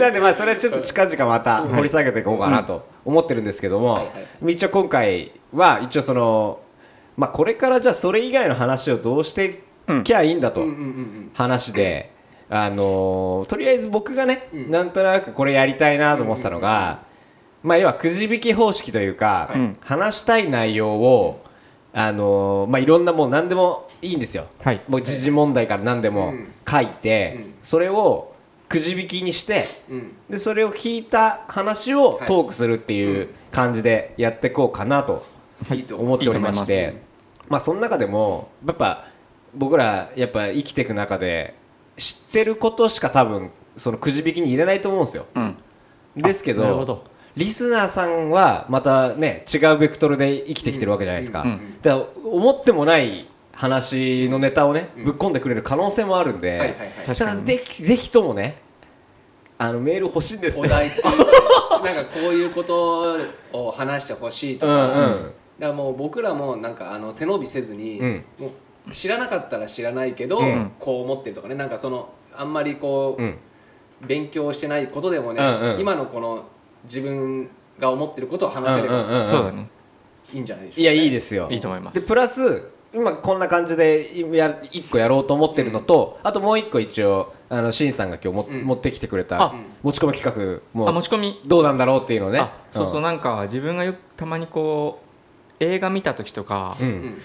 [SPEAKER 1] なんでまあそれはちょっと近々また掘り下げていこうかなと思ってるんですけども、一応今回は一応そのまあこれからじゃあそれ以外の話をどうしてきゃいいんだと話で、あのーとりあえず僕がね、なんとなくこれやりたいなと思ってたのが、まあ要はくじ引き方式というか、
[SPEAKER 2] ん
[SPEAKER 1] 話したい内容をあのーまあいろんなもう何でもいいんですよ。
[SPEAKER 2] はい。
[SPEAKER 1] もう時事問題から何でも
[SPEAKER 3] うん
[SPEAKER 1] 書いて、
[SPEAKER 3] うん
[SPEAKER 1] それをくじ引きにして
[SPEAKER 3] うん
[SPEAKER 1] でそれを聞いた話を
[SPEAKER 3] はい
[SPEAKER 1] トークするっていう感じでやっていこうかなと
[SPEAKER 3] いいと
[SPEAKER 1] 思
[SPEAKER 3] 思
[SPEAKER 1] っ
[SPEAKER 3] う
[SPEAKER 1] ておりまして
[SPEAKER 2] いいと思い
[SPEAKER 1] まあその中でもやっぱ僕らやっぱ生きていく中で知ってることしか多分そのくじ引きに入れないと思うんですよ。
[SPEAKER 2] うん。
[SPEAKER 1] ですけど
[SPEAKER 2] なるほど
[SPEAKER 1] リスナーさんはまたね違うベクトルで生きてきてるわけじゃないですか,、
[SPEAKER 2] うんう
[SPEAKER 1] だから思ってもない話のネタをね、ぶっ込んでくれる可能性もあるんで、
[SPEAKER 3] はいはいはい
[SPEAKER 2] 確かに
[SPEAKER 1] ただでぜひともねあのメール欲しいんですよ
[SPEAKER 3] お題っていうかなんかこういうことを話してほしいとか、
[SPEAKER 1] うんうん
[SPEAKER 3] だからもう僕らもなんかあの背伸びせずに、
[SPEAKER 1] うん
[SPEAKER 3] もう知らなかったら知らないけど、
[SPEAKER 1] うん
[SPEAKER 3] こう思ってるとかねなんかそのあんまりこう、
[SPEAKER 1] うん
[SPEAKER 3] 勉強してないことでもね、
[SPEAKER 1] うんうん
[SPEAKER 3] 今のこの自分が思ってることを話せれ
[SPEAKER 1] うんうん
[SPEAKER 3] ば
[SPEAKER 1] ん
[SPEAKER 2] そうだね。
[SPEAKER 3] いいんじゃないでしょ
[SPEAKER 1] いう
[SPEAKER 3] か、
[SPEAKER 1] や
[SPEAKER 3] ね
[SPEAKER 1] いいですよ
[SPEAKER 2] いいと思いま
[SPEAKER 1] ですプラス今こんな感じでや1個やろうと思ってるのと、あともう1個一応あのしんさんが今日も、持ってきてくれた
[SPEAKER 2] あ
[SPEAKER 1] 持ち込み企画
[SPEAKER 2] あ持
[SPEAKER 1] も
[SPEAKER 2] ち込み。
[SPEAKER 1] どうなんだろうっていうのをね
[SPEAKER 2] あそうそうなんか自分がよくたまにこう映画見た時とか、
[SPEAKER 1] うん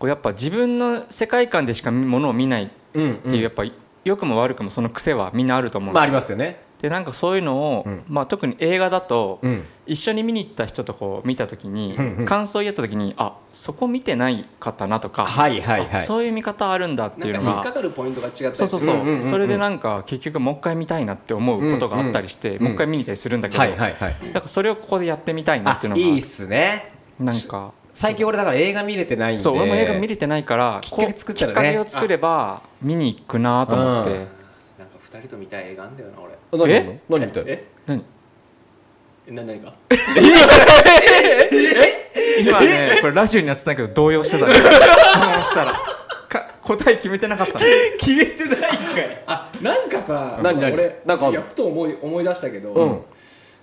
[SPEAKER 2] こうやっぱ自分の世界観でしかものを見ないって
[SPEAKER 1] うんうん
[SPEAKER 2] いうやっぱ良くも悪くもその癖はみんなあると思うん
[SPEAKER 1] まああ
[SPEAKER 2] です
[SPEAKER 1] り
[SPEAKER 2] よ。
[SPEAKER 1] ますよね
[SPEAKER 2] でなんかそういうのを
[SPEAKER 1] ん
[SPEAKER 2] まあ特に映画だと
[SPEAKER 1] うん
[SPEAKER 2] 一緒に見に行った人とこう見た時に
[SPEAKER 1] うんうん
[SPEAKER 2] 感想言った時にあそこ見てないかったなとか。
[SPEAKER 1] はいはい
[SPEAKER 2] あ
[SPEAKER 1] はい
[SPEAKER 2] そういう見方あるんだっていう
[SPEAKER 3] なん
[SPEAKER 2] の
[SPEAKER 3] か引
[SPEAKER 2] が
[SPEAKER 3] っかかるポイントが違ったり
[SPEAKER 2] そうそうそう,、
[SPEAKER 1] うんうんうんうん
[SPEAKER 2] それでなんか結局もう一回見たいなって思うことがあったりし
[SPEAKER 1] ん
[SPEAKER 2] て、
[SPEAKER 1] うん
[SPEAKER 2] もう一回見に行ったりするんだけど、
[SPEAKER 1] はいはいはい
[SPEAKER 2] なんかそれをここでやってみたいなっ
[SPEAKER 1] あ
[SPEAKER 2] ていうのが
[SPEAKER 1] いいっすね
[SPEAKER 2] なんか
[SPEAKER 1] 最近俺だから映画見れてないんで
[SPEAKER 2] そう俺も映画見れてないから
[SPEAKER 1] きっかけ作ったらね
[SPEAKER 2] こうきっかけを作れば見に行くなと思って、
[SPEAKER 1] うん
[SPEAKER 3] なんか二人と見たい映画あんだよな俺
[SPEAKER 1] 何見る
[SPEAKER 2] え
[SPEAKER 1] の何見たい
[SPEAKER 3] え
[SPEAKER 2] 何
[SPEAKER 3] えな何か
[SPEAKER 2] 今ねこれラジオになってたけど動揺してたね質問したらか答え決めてなかったの
[SPEAKER 1] 決めてないんかい
[SPEAKER 3] あなんかさ
[SPEAKER 1] 何
[SPEAKER 3] そう
[SPEAKER 1] 何
[SPEAKER 3] 俺
[SPEAKER 1] なんかある
[SPEAKER 3] いやふと思い思い出したけど、
[SPEAKER 1] うん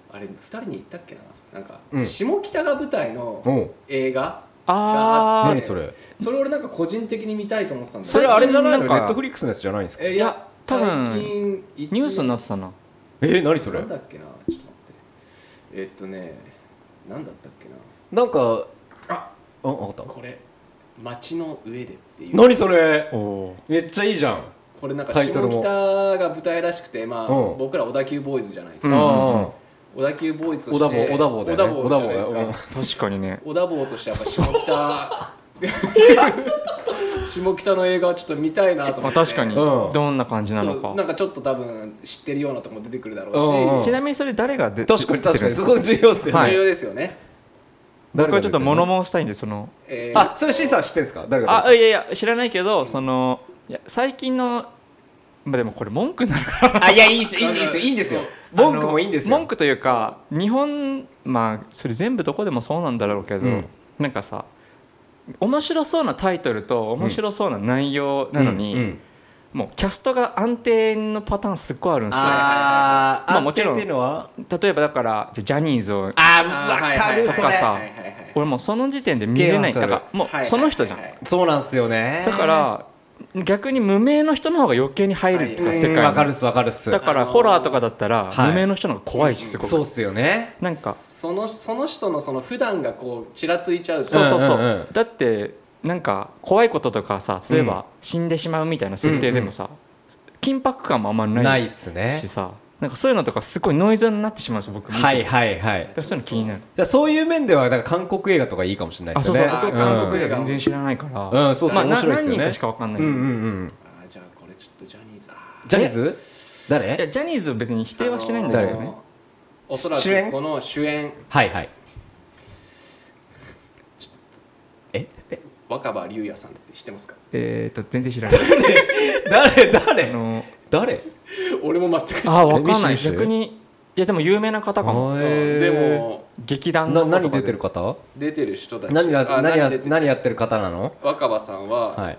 [SPEAKER 3] あれ二人に言ったっけななんか、
[SPEAKER 1] うん
[SPEAKER 3] 下北が舞台の
[SPEAKER 1] うん
[SPEAKER 3] 映画
[SPEAKER 2] あー
[SPEAKER 3] があって
[SPEAKER 1] 何それ
[SPEAKER 3] それ俺なんか個人的に見たいと思ってたんだ
[SPEAKER 1] そ
[SPEAKER 3] よ
[SPEAKER 1] れあれじゃないの
[SPEAKER 2] なん
[SPEAKER 1] ネ
[SPEAKER 2] か
[SPEAKER 1] ットフリックスのやつじゃないんですか
[SPEAKER 3] えい
[SPEAKER 2] い
[SPEAKER 3] や
[SPEAKER 2] や多
[SPEAKER 3] 最
[SPEAKER 2] 分
[SPEAKER 3] 近一
[SPEAKER 2] ニュースになってたな
[SPEAKER 1] えー何それ
[SPEAKER 3] なんだっけなちょっと待ってえっとねなんだったっけな
[SPEAKER 1] なんか
[SPEAKER 3] あ
[SPEAKER 1] あ分かった
[SPEAKER 3] これ街の上でっていう
[SPEAKER 1] 何それ
[SPEAKER 2] おお
[SPEAKER 1] めっちゃいいじゃん
[SPEAKER 3] これなんか
[SPEAKER 1] タ
[SPEAKER 3] 下
[SPEAKER 1] イトルも
[SPEAKER 3] 北が舞台らしくてまあ
[SPEAKER 1] うん
[SPEAKER 3] 僕ら小田急ボーイズじゃないです
[SPEAKER 1] う
[SPEAKER 3] か、
[SPEAKER 1] ん
[SPEAKER 2] ん
[SPEAKER 1] うん
[SPEAKER 3] 小田急ボーイズ
[SPEAKER 1] 小
[SPEAKER 3] とし
[SPEAKER 1] 田坊
[SPEAKER 3] て
[SPEAKER 1] 小田坊だ
[SPEAKER 3] 小田
[SPEAKER 1] よね
[SPEAKER 3] 坊
[SPEAKER 1] 小田
[SPEAKER 3] じゃないです
[SPEAKER 1] 坊だよ
[SPEAKER 3] か
[SPEAKER 2] 確かに ね
[SPEAKER 3] 小田坊としてやっぱ下 北下北の映画はちょっと見たいなと思
[SPEAKER 2] まあ
[SPEAKER 3] って
[SPEAKER 2] 確かに
[SPEAKER 1] うん
[SPEAKER 2] どんな感じなの
[SPEAKER 3] そう
[SPEAKER 2] か
[SPEAKER 3] なんかちょっと多分知ってるようなとこも出てくるだろ
[SPEAKER 1] うんう
[SPEAKER 3] うんし
[SPEAKER 2] ちなみにそれ誰が 出
[SPEAKER 1] 確かに確か にそこ重要っすよね、
[SPEAKER 2] はい
[SPEAKER 3] 重要ですよね、
[SPEAKER 2] 僕はちょっと物
[SPEAKER 1] も
[SPEAKER 2] 申したいんでその
[SPEAKER 3] えー
[SPEAKER 1] あそれシーさん知ってんすか誰が
[SPEAKER 2] あいやいや知らないけどそのいや最近のまあでもこれ文句になるから
[SPEAKER 1] あいやいいっすいいんですよいいんですよ文句もいいんです
[SPEAKER 2] あの
[SPEAKER 1] よ
[SPEAKER 2] 文句というか日本まあそれ全部どこでもそうなんだろうけど、
[SPEAKER 1] うん
[SPEAKER 2] なんかさ面白そうなタイトルと面白そうな内容なのに、
[SPEAKER 1] うんうん
[SPEAKER 2] もうキャストが安定のパターンすっごいあるんですよ
[SPEAKER 1] あー安
[SPEAKER 2] まあ
[SPEAKER 1] 定
[SPEAKER 2] もちろん
[SPEAKER 1] っていうのは
[SPEAKER 2] 例えばだからじゃあジャニーズを
[SPEAKER 1] あ
[SPEAKER 3] あ
[SPEAKER 1] わかる
[SPEAKER 3] ーはいはいはい
[SPEAKER 1] そ
[SPEAKER 2] とか
[SPEAKER 1] れ
[SPEAKER 2] さ
[SPEAKER 3] はいはいはいはい
[SPEAKER 2] 俺もうその時点で見れない
[SPEAKER 1] すっ
[SPEAKER 2] だ
[SPEAKER 1] げえわかる
[SPEAKER 2] からもうその人じゃん、
[SPEAKER 3] はいはい
[SPEAKER 1] そうなんすよね
[SPEAKER 2] だから逆に無名の人の方が余計に入るとか、
[SPEAKER 3] はい
[SPEAKER 2] 世界
[SPEAKER 1] う
[SPEAKER 2] に
[SPEAKER 1] んわかるっすわかるっす
[SPEAKER 2] だからホラーとかだったら
[SPEAKER 1] はい
[SPEAKER 2] 無名の人の方が怖いしすごく、
[SPEAKER 1] そうっすよね
[SPEAKER 2] なんか
[SPEAKER 3] そのその人のその普段がこうちらついちゃうと
[SPEAKER 2] そうそうそう,、
[SPEAKER 1] うんうんうん
[SPEAKER 2] だってなんか怖いこととかさ例えば死んでしまうみたいな設定でもさ、緊迫感もあんまない
[SPEAKER 1] ないっすね
[SPEAKER 2] しさなんかそういうのとかすごいノイズになってしまうんですよ僕見て
[SPEAKER 1] はいはいはい
[SPEAKER 2] だからそういうの気になる
[SPEAKER 1] じゃあそういう面ではなんか韓国映画とかいいかもしれないで
[SPEAKER 2] あ
[SPEAKER 1] す
[SPEAKER 2] そう
[SPEAKER 1] よ
[SPEAKER 2] そ
[SPEAKER 1] ね
[SPEAKER 2] う僕
[SPEAKER 1] うん
[SPEAKER 2] 韓国映画全然知らないから、
[SPEAKER 1] うんそうそう
[SPEAKER 2] まあ、な
[SPEAKER 1] 面白いですよね
[SPEAKER 2] 何人かしか分かんない、
[SPEAKER 1] うんうんうん
[SPEAKER 3] あーじゃあこれちょっとジャニーズあ
[SPEAKER 1] ジャニーズ
[SPEAKER 2] いや
[SPEAKER 1] 誰
[SPEAKER 2] ジャニーズを別に否
[SPEAKER 3] ー
[SPEAKER 2] 定はしてないんだけど
[SPEAKER 3] あ
[SPEAKER 2] ね
[SPEAKER 3] のーおそら
[SPEAKER 1] 主演
[SPEAKER 3] くこの主演
[SPEAKER 1] はいはい
[SPEAKER 3] 若葉龍也さんって知ってますか
[SPEAKER 2] えー、と全然知らない
[SPEAKER 1] 誰
[SPEAKER 2] あ
[SPEAKER 1] 誰
[SPEAKER 2] のー
[SPEAKER 1] 誰
[SPEAKER 3] 俺も全く知ら
[SPEAKER 2] あ
[SPEAKER 3] ない
[SPEAKER 2] 分かんな
[SPEAKER 1] え
[SPEAKER 2] い
[SPEAKER 1] 見せて見せて
[SPEAKER 2] 逆にいやでも有名な方かも
[SPEAKER 3] でも
[SPEAKER 2] 劇団
[SPEAKER 1] な
[SPEAKER 2] の
[SPEAKER 1] 何出てる方
[SPEAKER 3] 出てる人たち
[SPEAKER 1] 何
[SPEAKER 3] あ
[SPEAKER 1] が何
[SPEAKER 3] 何
[SPEAKER 1] や
[SPEAKER 3] 出て
[SPEAKER 1] 何やってる方なの
[SPEAKER 3] 若葉さんは、
[SPEAKER 1] はい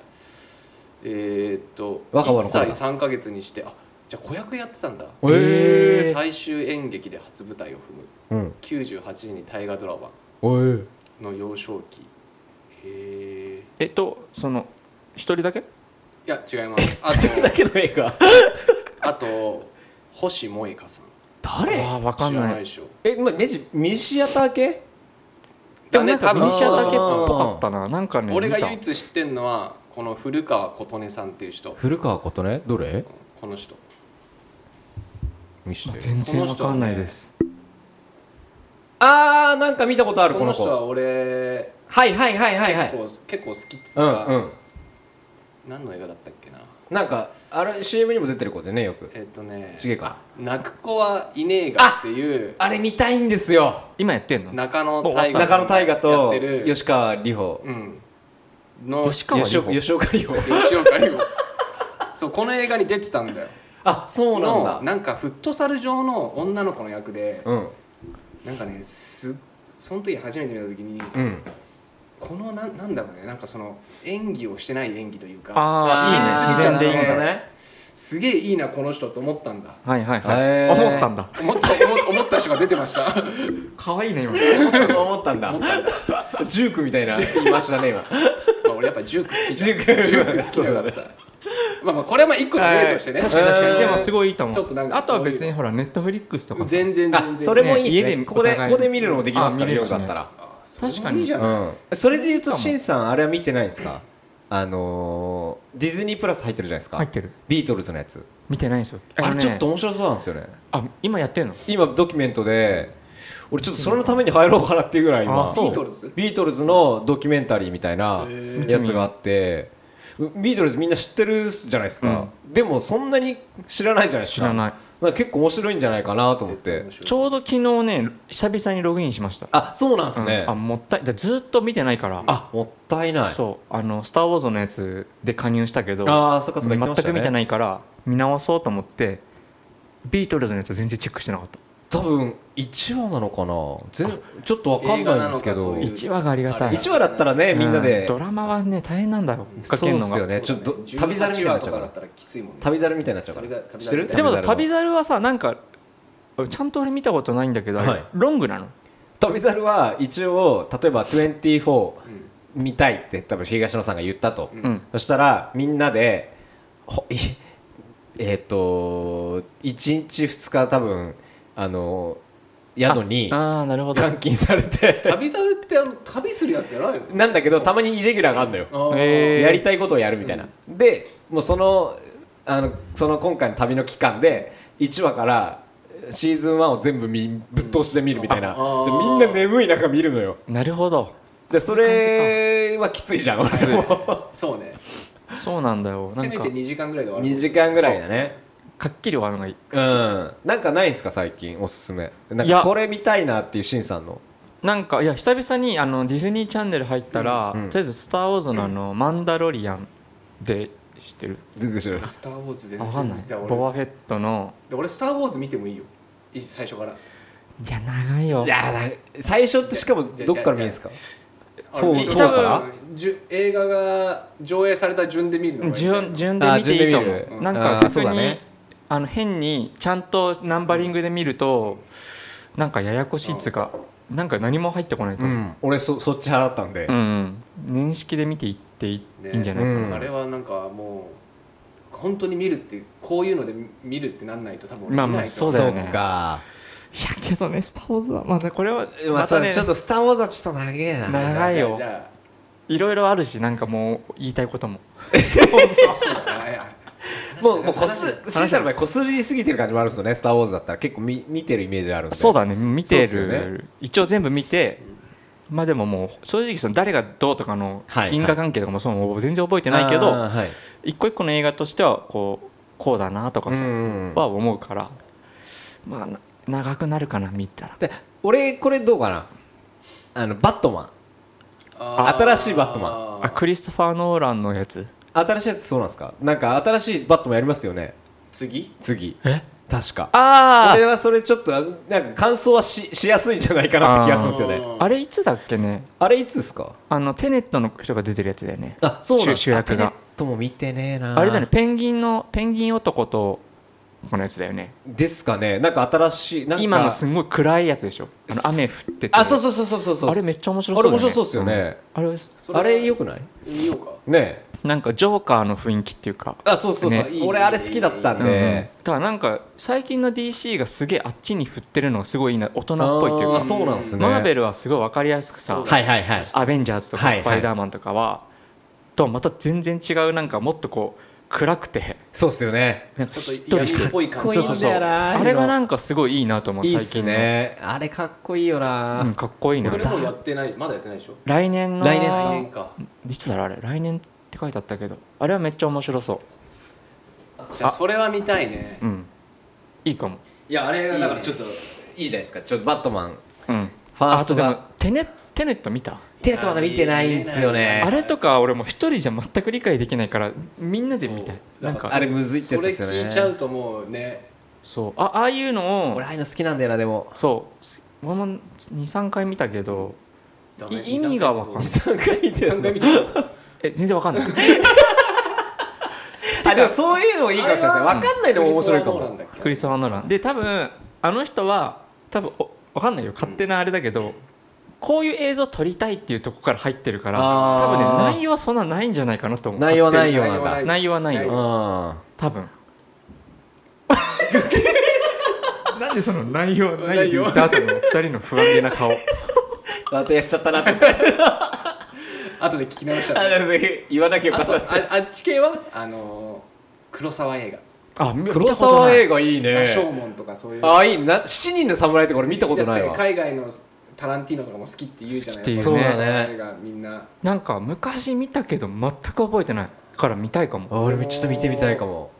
[SPEAKER 3] えーっと
[SPEAKER 1] 若葉の
[SPEAKER 3] 1
[SPEAKER 1] 子だ
[SPEAKER 3] 歳3か月にしてあじゃあ子役やってたんだ
[SPEAKER 1] へえ
[SPEAKER 3] 大衆演劇で初舞台を踏む
[SPEAKER 1] うん
[SPEAKER 3] 98年に大河ドラマ
[SPEAKER 1] お え
[SPEAKER 3] の幼少期へえ
[SPEAKER 2] えっとその一人だけ
[SPEAKER 3] いや違い ますあと
[SPEAKER 1] だけの映画
[SPEAKER 3] あと星萌香さん
[SPEAKER 1] 誰
[SPEAKER 2] ああ分かん
[SPEAKER 3] 知ら
[SPEAKER 2] ない
[SPEAKER 3] でしょ
[SPEAKER 1] えまメジミシアター系
[SPEAKER 2] でもなんか
[SPEAKER 3] だね多分
[SPEAKER 2] ミシアタケっ
[SPEAKER 1] あー
[SPEAKER 2] ぽかったななんかね
[SPEAKER 3] 俺が
[SPEAKER 2] 見た
[SPEAKER 3] 唯一知ってんのはこの古川琴音さんっていう人
[SPEAKER 1] 古川琴音どれ
[SPEAKER 3] この人
[SPEAKER 1] 見して
[SPEAKER 2] 全然分かんないです
[SPEAKER 1] あーなんか見たことある
[SPEAKER 3] こ
[SPEAKER 1] こ
[SPEAKER 3] の
[SPEAKER 1] の
[SPEAKER 3] 人
[SPEAKER 1] 子
[SPEAKER 3] は俺
[SPEAKER 1] はいはいはいはいは
[SPEAKER 3] 結
[SPEAKER 1] い
[SPEAKER 3] 構結構好きっつう
[SPEAKER 1] う
[SPEAKER 3] か
[SPEAKER 1] んうん
[SPEAKER 3] 何の映画だったっけな
[SPEAKER 1] なんかあれ CM にも出てる子でねよく
[SPEAKER 3] えっとね
[SPEAKER 1] ちげえか
[SPEAKER 3] 泣く子はいねえがっていう
[SPEAKER 1] あれ見たいんですよ
[SPEAKER 2] 今やってんの
[SPEAKER 3] 中野大
[SPEAKER 2] もう
[SPEAKER 3] 河
[SPEAKER 1] 中野大河と
[SPEAKER 3] やってる
[SPEAKER 1] 吉川里帆
[SPEAKER 3] うんの
[SPEAKER 2] 吉川
[SPEAKER 1] 吉
[SPEAKER 2] 里帆
[SPEAKER 1] 岡吉岡里帆
[SPEAKER 3] 吉岡里帆 そうこの映画に出てたんだよ
[SPEAKER 1] あそうな
[SPEAKER 3] の
[SPEAKER 1] んだ
[SPEAKER 3] なんかフットサル上の女の子の役で
[SPEAKER 1] うん
[SPEAKER 3] なんかねすその時初めて見た時に
[SPEAKER 1] うん
[SPEAKER 3] このなんなんだろうねなんかその演技をしてない演技というか
[SPEAKER 2] あーいいね自然でいいね
[SPEAKER 3] な
[SPEAKER 1] なるほ
[SPEAKER 3] んか
[SPEAKER 1] どね
[SPEAKER 3] すげえいいなこの人と思ったんだ
[SPEAKER 2] はいはい
[SPEAKER 1] へ
[SPEAKER 2] は
[SPEAKER 1] ー
[SPEAKER 2] い思ったんだ
[SPEAKER 3] 思った思思った人が出てました
[SPEAKER 2] 可愛いね今
[SPEAKER 1] 思ったんだジュークみたいな言いましたね今
[SPEAKER 3] まあ俺やっぱジューク好きじゃん
[SPEAKER 1] ジューク
[SPEAKER 3] ジューク好きだからさまあまあこれはまあ一個の例としてね
[SPEAKER 2] 確かに確か
[SPEAKER 1] えー
[SPEAKER 2] にでもすごいいいと思
[SPEAKER 3] ちょっとなん
[SPEAKER 2] う
[SPEAKER 3] か
[SPEAKER 2] あとは別にほらネットフリックスとかさ
[SPEAKER 3] 全然全
[SPEAKER 1] あ
[SPEAKER 3] 然
[SPEAKER 1] それもいいです
[SPEAKER 2] ね
[SPEAKER 1] ね
[SPEAKER 2] 家で
[SPEAKER 1] ここで
[SPEAKER 2] お互
[SPEAKER 1] こ
[SPEAKER 2] い
[SPEAKER 1] こで見るのもできますか
[SPEAKER 2] あ
[SPEAKER 1] ら
[SPEAKER 2] 見れ
[SPEAKER 1] よ
[SPEAKER 2] るし
[SPEAKER 1] か
[SPEAKER 2] ね
[SPEAKER 1] ったら
[SPEAKER 2] 確かに
[SPEAKER 3] いいじゃない
[SPEAKER 1] うんそれで言うと
[SPEAKER 2] かも
[SPEAKER 1] しんさんあれは見てないんですかあのーディズニープラス入ってるじゃないですか
[SPEAKER 2] 入ってる
[SPEAKER 1] ビートルズのやつ
[SPEAKER 2] 見てないんですよ
[SPEAKER 1] あ
[SPEAKER 2] の
[SPEAKER 1] れ
[SPEAKER 2] ね
[SPEAKER 1] ちょっと面白そうなんですよね
[SPEAKER 2] あ今やってんの
[SPEAKER 1] 今ドキュメントで俺ちょっとそれのために入ろうかなっていうぐらい今
[SPEAKER 2] あそう
[SPEAKER 3] ビートルズ
[SPEAKER 1] ビートルズのドキュメンタリーみたいなやつがあってうビートルズみんな知ってるじゃないですか、でもそんなに知らないじゃないですか
[SPEAKER 2] 知らない
[SPEAKER 1] まあ結構面白いんじゃないかなと思って
[SPEAKER 2] ちょうど昨日ね久々にログインしました
[SPEAKER 1] あそうなんですね、
[SPEAKER 2] うんあもったいだずーっと見てないから
[SPEAKER 1] あもったいない
[SPEAKER 2] そうあの「スター・ウォーズ」のやつで加入したけど
[SPEAKER 1] あーそっかそっか言って
[SPEAKER 2] 全
[SPEAKER 1] ましたね
[SPEAKER 2] く見てないから見直そうと思ってビートルズのやつ全然チェックしてなかった
[SPEAKER 1] 多分1話なのかな全ちょっとわかんないんですけど
[SPEAKER 3] 映画なのかそういう
[SPEAKER 2] 1話がありがたい
[SPEAKER 1] 1話だったらねみんな
[SPEAKER 2] う
[SPEAKER 1] で
[SPEAKER 2] ドラマはね大変なんだよ追っか
[SPEAKER 1] そう
[SPEAKER 2] けん
[SPEAKER 1] で
[SPEAKER 2] の
[SPEAKER 1] すよ
[SPEAKER 2] が
[SPEAKER 1] ねちょっと旅猿みたいに
[SPEAKER 3] 18
[SPEAKER 1] なっちゃう
[SPEAKER 3] 話とか
[SPEAKER 1] か
[SPEAKER 3] だ
[SPEAKER 1] ら
[SPEAKER 3] ったらきついもんね
[SPEAKER 1] 旅猿みたいになっちゃうから
[SPEAKER 3] 旅猿
[SPEAKER 1] 知ってる
[SPEAKER 2] でもさ旅
[SPEAKER 1] 旅猿は
[SPEAKER 2] 猿はさなんかちゃんと俺見たことないんだけど、あれ
[SPEAKER 1] はい
[SPEAKER 2] ロングなの
[SPEAKER 1] 旅猿は一応例えば24見たいって多分東野さんが言ったと、
[SPEAKER 2] ん
[SPEAKER 1] そしたらみんなでほいえっ、と1日2日多分あの宿に
[SPEAKER 2] ああなるほど
[SPEAKER 1] 監禁されて
[SPEAKER 3] 旅猿ってあの旅するやつじゃないの
[SPEAKER 1] なんだけどたまにイレギュラーがあるのよ
[SPEAKER 3] あー
[SPEAKER 2] えー
[SPEAKER 1] やりたいことをやるみたいな、でもうそのあのその今回の旅の期間で1話からシーズン1を全部見ぶっ通しで見るみたいな、
[SPEAKER 3] あ
[SPEAKER 1] で
[SPEAKER 3] あ
[SPEAKER 1] みんな眠い中見るのよ
[SPEAKER 2] なるほど
[SPEAKER 1] でそれはきついじゃん俺も
[SPEAKER 3] そうね
[SPEAKER 2] そうなんだよな
[SPEAKER 3] せ
[SPEAKER 2] ん
[SPEAKER 3] め
[SPEAKER 2] か
[SPEAKER 3] て2時間ぐらいで終わる
[SPEAKER 1] 2時間ぐらいだね
[SPEAKER 2] かっきり終わるのがいい
[SPEAKER 1] うんなんかないんすか最近おすすめなん
[SPEAKER 2] いや
[SPEAKER 1] かこれ見たいなっていうしんさんの
[SPEAKER 2] なんかいや久々にあのディズニーチャンネル入ったら、
[SPEAKER 1] うんうん
[SPEAKER 2] とりあえず「スター・ウォーズ」のあの「マンダロリアン」で知ってる
[SPEAKER 1] 全然知らない
[SPEAKER 3] スター・ウォーズ全
[SPEAKER 2] あ
[SPEAKER 3] 然
[SPEAKER 2] わかんない
[SPEAKER 3] 見て
[SPEAKER 2] ボ
[SPEAKER 3] 俺
[SPEAKER 2] バフェットの
[SPEAKER 3] で俺スター・ウォーズ見てもいいよい最初から
[SPEAKER 2] いや長いよ
[SPEAKER 1] いやなんか最初ってしかもどっから見るんですか
[SPEAKER 3] あ
[SPEAKER 1] フォー
[SPEAKER 3] れ
[SPEAKER 1] フォー
[SPEAKER 3] 多分
[SPEAKER 1] から
[SPEAKER 3] じゅ映画が上映された順で見るのがいいんだよ
[SPEAKER 2] 順順で見ていいと思
[SPEAKER 1] あ順で見
[SPEAKER 2] う
[SPEAKER 1] る
[SPEAKER 2] なん
[SPEAKER 1] あ
[SPEAKER 2] か
[SPEAKER 1] ー
[SPEAKER 2] 逆
[SPEAKER 1] そうだ
[SPEAKER 2] に、
[SPEAKER 1] ね
[SPEAKER 2] あの変にちゃんとナンバリングで見るとなんかややこしいっつうかなんか何も入ってこないと
[SPEAKER 1] う
[SPEAKER 2] 思う、
[SPEAKER 1] ん俺そそっち派だったんで、
[SPEAKER 2] うんうん年式で見ていっていい,、
[SPEAKER 3] ね
[SPEAKER 2] んじゃないかな、
[SPEAKER 1] うん
[SPEAKER 3] あれはなんかもう本当に見るっていうこういうので見るってなんないと多分俺見
[SPEAKER 2] まあ
[SPEAKER 3] ないと
[SPEAKER 2] まあそうだ
[SPEAKER 1] そ
[SPEAKER 2] よ
[SPEAKER 1] う
[SPEAKER 2] ね
[SPEAKER 1] か
[SPEAKER 2] いやけどね「スター・ウォーズは」まだこれは
[SPEAKER 1] ま
[SPEAKER 2] ま
[SPEAKER 1] あ、そ
[SPEAKER 2] た
[SPEAKER 1] う
[SPEAKER 2] ね
[SPEAKER 1] ちょっと「スター・ウォーズ」はちょっと長えな
[SPEAKER 2] な
[SPEAKER 3] じゃあ
[SPEAKER 2] 長いよ
[SPEAKER 3] じゃあじゃ
[SPEAKER 2] いろいろあるしなんかもう言いたいことも
[SPEAKER 3] あそうだね
[SPEAKER 1] もうもうこす
[SPEAKER 3] 話
[SPEAKER 1] シンさんの場合こすりすぎてる感じもあるんですよね「スター・ウォーズ」だったら結構み見てるイメージあるんで
[SPEAKER 2] そうだね見て
[SPEAKER 1] そうっすよ
[SPEAKER 2] る、一応全部見てまあでももう正直その誰がどうとかの
[SPEAKER 1] はい
[SPEAKER 2] 因果関係とかもそうもう全然覚えてないけど、
[SPEAKER 1] あーはい
[SPEAKER 2] 一個一個の映画としてはこうこうだなとかさ、
[SPEAKER 1] うんうんうん
[SPEAKER 2] は思うからまあな長くなるかな見たら
[SPEAKER 1] で俺これどうかなあのバットマン
[SPEAKER 3] あー
[SPEAKER 1] 新しいバッ トマ
[SPEAKER 2] あクリストファー・ノーランのやつ
[SPEAKER 1] 新しいやつそうなんですかなんか新しいバットマンやりますよね
[SPEAKER 3] 次
[SPEAKER 1] 次
[SPEAKER 2] え
[SPEAKER 1] 確か
[SPEAKER 2] あ
[SPEAKER 1] 俺
[SPEAKER 2] ー
[SPEAKER 1] はそれちょっとなんか感想はししやすいんじゃないかなって気がするんですよね
[SPEAKER 2] あれいつだっけね
[SPEAKER 1] あれいつですか
[SPEAKER 2] あのテネットの人が出てるやつだよね
[SPEAKER 1] あそうなんだ
[SPEAKER 2] 主主役
[SPEAKER 1] テネ
[SPEAKER 2] が
[SPEAKER 1] ットも見てねえな
[SPEAKER 2] あれだねペンギンのペンギン男とこのやつだよね
[SPEAKER 1] ですかねなんか新しいなんか
[SPEAKER 2] 今のすんごい暗いやつでしょあの雨降ってて
[SPEAKER 1] あそうそうそうそうそうそう
[SPEAKER 2] あれめっちゃ面白そうだよね
[SPEAKER 1] あれ面白そうっすよね、
[SPEAKER 2] うんあれ
[SPEAKER 3] そ
[SPEAKER 1] あれよくない
[SPEAKER 3] 見ようか
[SPEAKER 1] ねえ
[SPEAKER 2] なんかジョーカーの雰囲気っていうか
[SPEAKER 1] あそうそうそう、
[SPEAKER 3] ね
[SPEAKER 1] 俺あれ好きだったん
[SPEAKER 2] うんうん
[SPEAKER 1] で、
[SPEAKER 2] だからなんか最近の DC がすげえあっちに振ってるのがすごいいいな大人
[SPEAKER 1] あ
[SPEAKER 2] っぽいっていう
[SPEAKER 1] ー
[SPEAKER 2] か
[SPEAKER 1] そうなんですね
[SPEAKER 2] マーベ
[SPEAKER 1] ル
[SPEAKER 2] ルはすごい分かりやすくさ
[SPEAKER 3] そう
[SPEAKER 2] 「
[SPEAKER 3] だ
[SPEAKER 1] はいはいはい
[SPEAKER 2] アベンジャーズ」とか「
[SPEAKER 1] はいはい
[SPEAKER 2] スパイダーマン」とかはとまた全然違うなんかもっとこう暗くて
[SPEAKER 1] そうっすよね
[SPEAKER 2] なんか
[SPEAKER 3] ち
[SPEAKER 2] しっ
[SPEAKER 3] ょ
[SPEAKER 2] と
[SPEAKER 3] っと
[SPEAKER 2] り
[SPEAKER 3] 闇
[SPEAKER 2] し
[SPEAKER 3] ってぽい感
[SPEAKER 1] 濃
[SPEAKER 3] じ
[SPEAKER 1] い
[SPEAKER 2] そ
[SPEAKER 1] んだ
[SPEAKER 2] うそ
[SPEAKER 1] よ
[SPEAKER 2] うそう
[SPEAKER 1] な
[SPEAKER 2] あれがなんかすごいいいなと思う
[SPEAKER 1] いいっ
[SPEAKER 2] 最
[SPEAKER 1] す
[SPEAKER 2] 近の
[SPEAKER 1] ねあれかっこいいよな、
[SPEAKER 2] うんかっこいいな
[SPEAKER 3] それもやってないまだやってないでしょ
[SPEAKER 2] 来年の
[SPEAKER 1] 来年っす
[SPEAKER 3] 来
[SPEAKER 1] あ
[SPEAKER 3] 年か
[SPEAKER 2] いつだろうあれ来年って書いてあったけどあれはめっちゃ面白そ
[SPEAKER 3] じゃあそれは見たいね
[SPEAKER 2] ううんいいかも
[SPEAKER 1] いやあれ
[SPEAKER 3] だからちょ
[SPEAKER 1] っといいじゃないですかちょっとバットマン
[SPEAKER 2] うん
[SPEAKER 1] ファー
[SPEAKER 2] あ
[SPEAKER 1] スト
[SPEAKER 2] とで
[SPEAKER 1] が
[SPEAKER 2] もテネテネット見た
[SPEAKER 1] テレ東まだ見てないんですよね
[SPEAKER 2] あれとか俺も一人じゃ全く理解できないからみんなで見たい
[SPEAKER 3] そう
[SPEAKER 2] なん
[SPEAKER 3] だ
[SPEAKER 2] か
[SPEAKER 3] から
[SPEAKER 1] あれむずいってや
[SPEAKER 3] そ
[SPEAKER 1] つ
[SPEAKER 3] れ
[SPEAKER 1] ですよね
[SPEAKER 3] 聞いちゃうともうね
[SPEAKER 2] そうあああいうのを
[SPEAKER 1] 俺ああいうの好きなんだよなで も
[SPEAKER 2] そうす俺も23回見たけど
[SPEAKER 3] ダメ
[SPEAKER 2] い意味がわかんない
[SPEAKER 1] 3回見てる
[SPEAKER 3] 三回見た
[SPEAKER 2] え全然わかんない
[SPEAKER 1] あでもそういうのもいいかもし れないですねわかんないのも面白いか
[SPEAKER 3] クリスマスノーラン
[SPEAKER 1] も
[SPEAKER 3] だっけ
[SPEAKER 2] クリストファー・ノーランで多分あの人は多分おわかんないよ勝手なあれだけど、こういう映像撮りたいっていうとこから入ってるから
[SPEAKER 1] あー
[SPEAKER 2] 多分ね内容はそんなないんじゃないかなと思う
[SPEAKER 1] 内容はないよ
[SPEAKER 3] 内容は
[SPEAKER 1] な
[SPEAKER 3] なんい
[SPEAKER 1] だ
[SPEAKER 2] 内容はないよ
[SPEAKER 3] 内
[SPEAKER 1] うん
[SPEAKER 3] 容
[SPEAKER 2] 多分なんでその内容はないって言った後の二人の不安げな顔
[SPEAKER 1] またやっちゃったな って
[SPEAKER 3] 後で聞き直したら
[SPEAKER 1] 言わなきゃよか
[SPEAKER 3] あ
[SPEAKER 1] っ
[SPEAKER 3] と
[SPEAKER 1] た
[SPEAKER 3] ああっち系はあのー黒沢映画
[SPEAKER 2] あ見たことな
[SPEAKER 1] 黒
[SPEAKER 2] い
[SPEAKER 1] 沢映画いいね
[SPEAKER 3] 羅生門とかそういう
[SPEAKER 1] ああいいな七人の侍ってこれ見たことない
[SPEAKER 3] だっ
[SPEAKER 1] わ
[SPEAKER 3] て海外のタランティーノとかも好きって言うじゃな
[SPEAKER 2] 好き
[SPEAKER 3] い
[SPEAKER 2] って
[SPEAKER 1] 言うね
[SPEAKER 3] 黒沢映画みんな
[SPEAKER 2] なんか昔見たけど全く覚えてないから見たいか
[SPEAKER 1] あ
[SPEAKER 2] も
[SPEAKER 1] 俺もちょっと見てみたいかも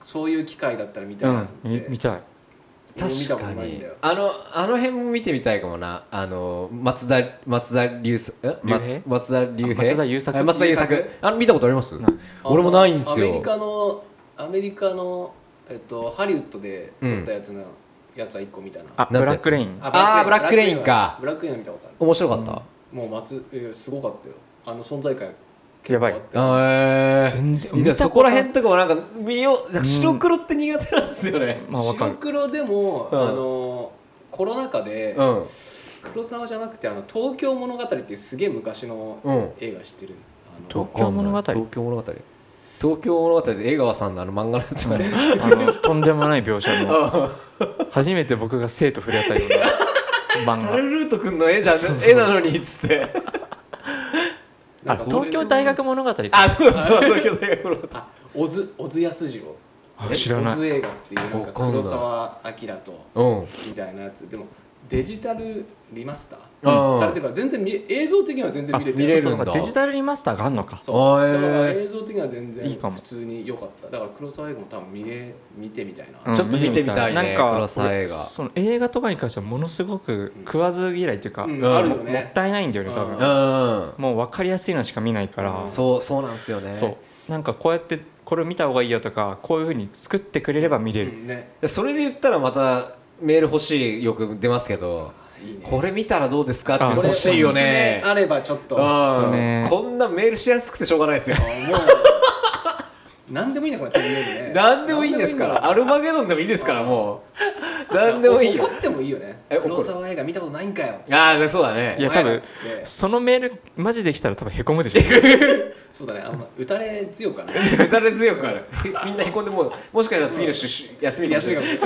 [SPEAKER 3] そういう機会だったら見た
[SPEAKER 2] う
[SPEAKER 3] いなと
[SPEAKER 2] ん
[SPEAKER 3] 思っ
[SPEAKER 2] み
[SPEAKER 3] て、
[SPEAKER 2] 見たい
[SPEAKER 3] 俺も見た
[SPEAKER 1] 確
[SPEAKER 3] こと
[SPEAKER 1] か
[SPEAKER 3] ないん
[SPEAKER 1] に
[SPEAKER 3] だよ
[SPEAKER 1] あのあの辺も見てみたいかもなあの松田松田龍さえま
[SPEAKER 2] 竜兵
[SPEAKER 1] 松田龍平
[SPEAKER 2] あ松田優作
[SPEAKER 1] あ松田優
[SPEAKER 3] 優
[SPEAKER 1] 作
[SPEAKER 3] 作
[SPEAKER 1] あの見たことあります
[SPEAKER 2] ない
[SPEAKER 1] 俺もないんです
[SPEAKER 3] アメリ
[SPEAKER 1] よ
[SPEAKER 3] カのアメリカのえっとハリウッドで撮ったやつの、やつは一個見たな
[SPEAKER 2] あ
[SPEAKER 1] なん
[SPEAKER 2] ブ
[SPEAKER 1] て
[SPEAKER 2] ラ
[SPEAKER 1] や
[SPEAKER 2] ッ
[SPEAKER 1] つ
[SPEAKER 2] クレイン
[SPEAKER 1] あーブラックレインか
[SPEAKER 3] ブラックレインは見たことあ
[SPEAKER 1] 面白かった
[SPEAKER 3] るもう松えーすごかったよあの存在感
[SPEAKER 2] やばい
[SPEAKER 3] あって
[SPEAKER 1] あー
[SPEAKER 2] 全然
[SPEAKER 1] いや
[SPEAKER 2] 見たこと
[SPEAKER 1] そこら辺とかもなんか見ようなんか白黒って苦手なんですよね
[SPEAKER 2] まあわか
[SPEAKER 3] 白
[SPEAKER 2] る
[SPEAKER 3] 黒でも、
[SPEAKER 1] うん
[SPEAKER 3] あのコロナ禍で、
[SPEAKER 1] うん
[SPEAKER 3] 黒沢じゃなくてあの東京物語っていうすげえ昔の映画知ってる、あ
[SPEAKER 2] 東
[SPEAKER 3] の
[SPEAKER 2] 京物語
[SPEAKER 1] 東京物語東京物語で江川さんのあの漫画なんじゃない
[SPEAKER 2] あのとんでもない描写の初めて僕が生と触れ合ったよう版
[SPEAKER 1] タ
[SPEAKER 2] が
[SPEAKER 1] ルルート君の絵じゃん
[SPEAKER 2] そうそう
[SPEAKER 1] 絵なのにっつって
[SPEAKER 2] あ東京大学物語か
[SPEAKER 1] あそうそう東京大学のこと
[SPEAKER 3] あ小津小津安二郎
[SPEAKER 2] あ知らない
[SPEAKER 3] 小津映画っていうなんか
[SPEAKER 1] わかんない
[SPEAKER 3] 黒澤明と
[SPEAKER 1] うん
[SPEAKER 3] みたいなやつでもデジタルリマスタ
[SPEAKER 1] うん
[SPEAKER 3] ーされてるから全然見え映像的には全然見れて
[SPEAKER 1] あ見れる
[SPEAKER 2] そうか
[SPEAKER 1] んだ
[SPEAKER 2] デジタルリマスターがあんのか
[SPEAKER 3] そう
[SPEAKER 1] あへ
[SPEAKER 3] だ
[SPEAKER 1] ー
[SPEAKER 3] から映像的には全然
[SPEAKER 2] いいかも
[SPEAKER 3] 普通に良かっただから黒沢映画も多分見れ見てみたいな、
[SPEAKER 2] うん
[SPEAKER 1] ちょっと見てみたいね
[SPEAKER 2] なんか
[SPEAKER 1] 黒沢映画
[SPEAKER 2] 俺その映画とかに関してはものすごく食わず嫌いっていうか、
[SPEAKER 3] うん
[SPEAKER 2] も
[SPEAKER 3] あるよね
[SPEAKER 2] もったいないんだよね多
[SPEAKER 1] う
[SPEAKER 2] 分、
[SPEAKER 3] う
[SPEAKER 1] ん
[SPEAKER 2] もう分かりやすいのしか見ないから、そ
[SPEAKER 1] そうそうなんですよね
[SPEAKER 2] うなんかこうやってこれ見た方がいいよとかこういうふうに作ってくれれば見れ
[SPEAKER 3] う
[SPEAKER 2] る、
[SPEAKER 3] んね
[SPEAKER 1] でそれで言ったらまたメール欲しいよく出ますけど
[SPEAKER 3] いいね
[SPEAKER 1] これ見たらどうですかって
[SPEAKER 2] あ
[SPEAKER 1] いうの欲しいよね
[SPEAKER 3] これおすすめあればちょっと
[SPEAKER 1] うん
[SPEAKER 2] おすすめ
[SPEAKER 1] こんなメールしやすくてしょうがないですよ
[SPEAKER 3] もう何でもいいねこれって言え るね
[SPEAKER 1] 何でもいいんです からアルマゲドンでもいいですからもう何でもいいよ
[SPEAKER 3] 怒ってもいいよね
[SPEAKER 1] え怒る
[SPEAKER 3] 黒沢映画見たことないんかよ
[SPEAKER 1] ああそうだ
[SPEAKER 2] い
[SPEAKER 1] ね
[SPEAKER 2] や多
[SPEAKER 3] お前ら
[SPEAKER 2] 分
[SPEAKER 3] っつって
[SPEAKER 2] そのメールマジできたら多分へこむでしょ
[SPEAKER 3] そうだねあんま打たれ強くはない
[SPEAKER 1] 打たれ強くある みんなへこんでもうもしかしたら次の週週休みかもしれない
[SPEAKER 3] 休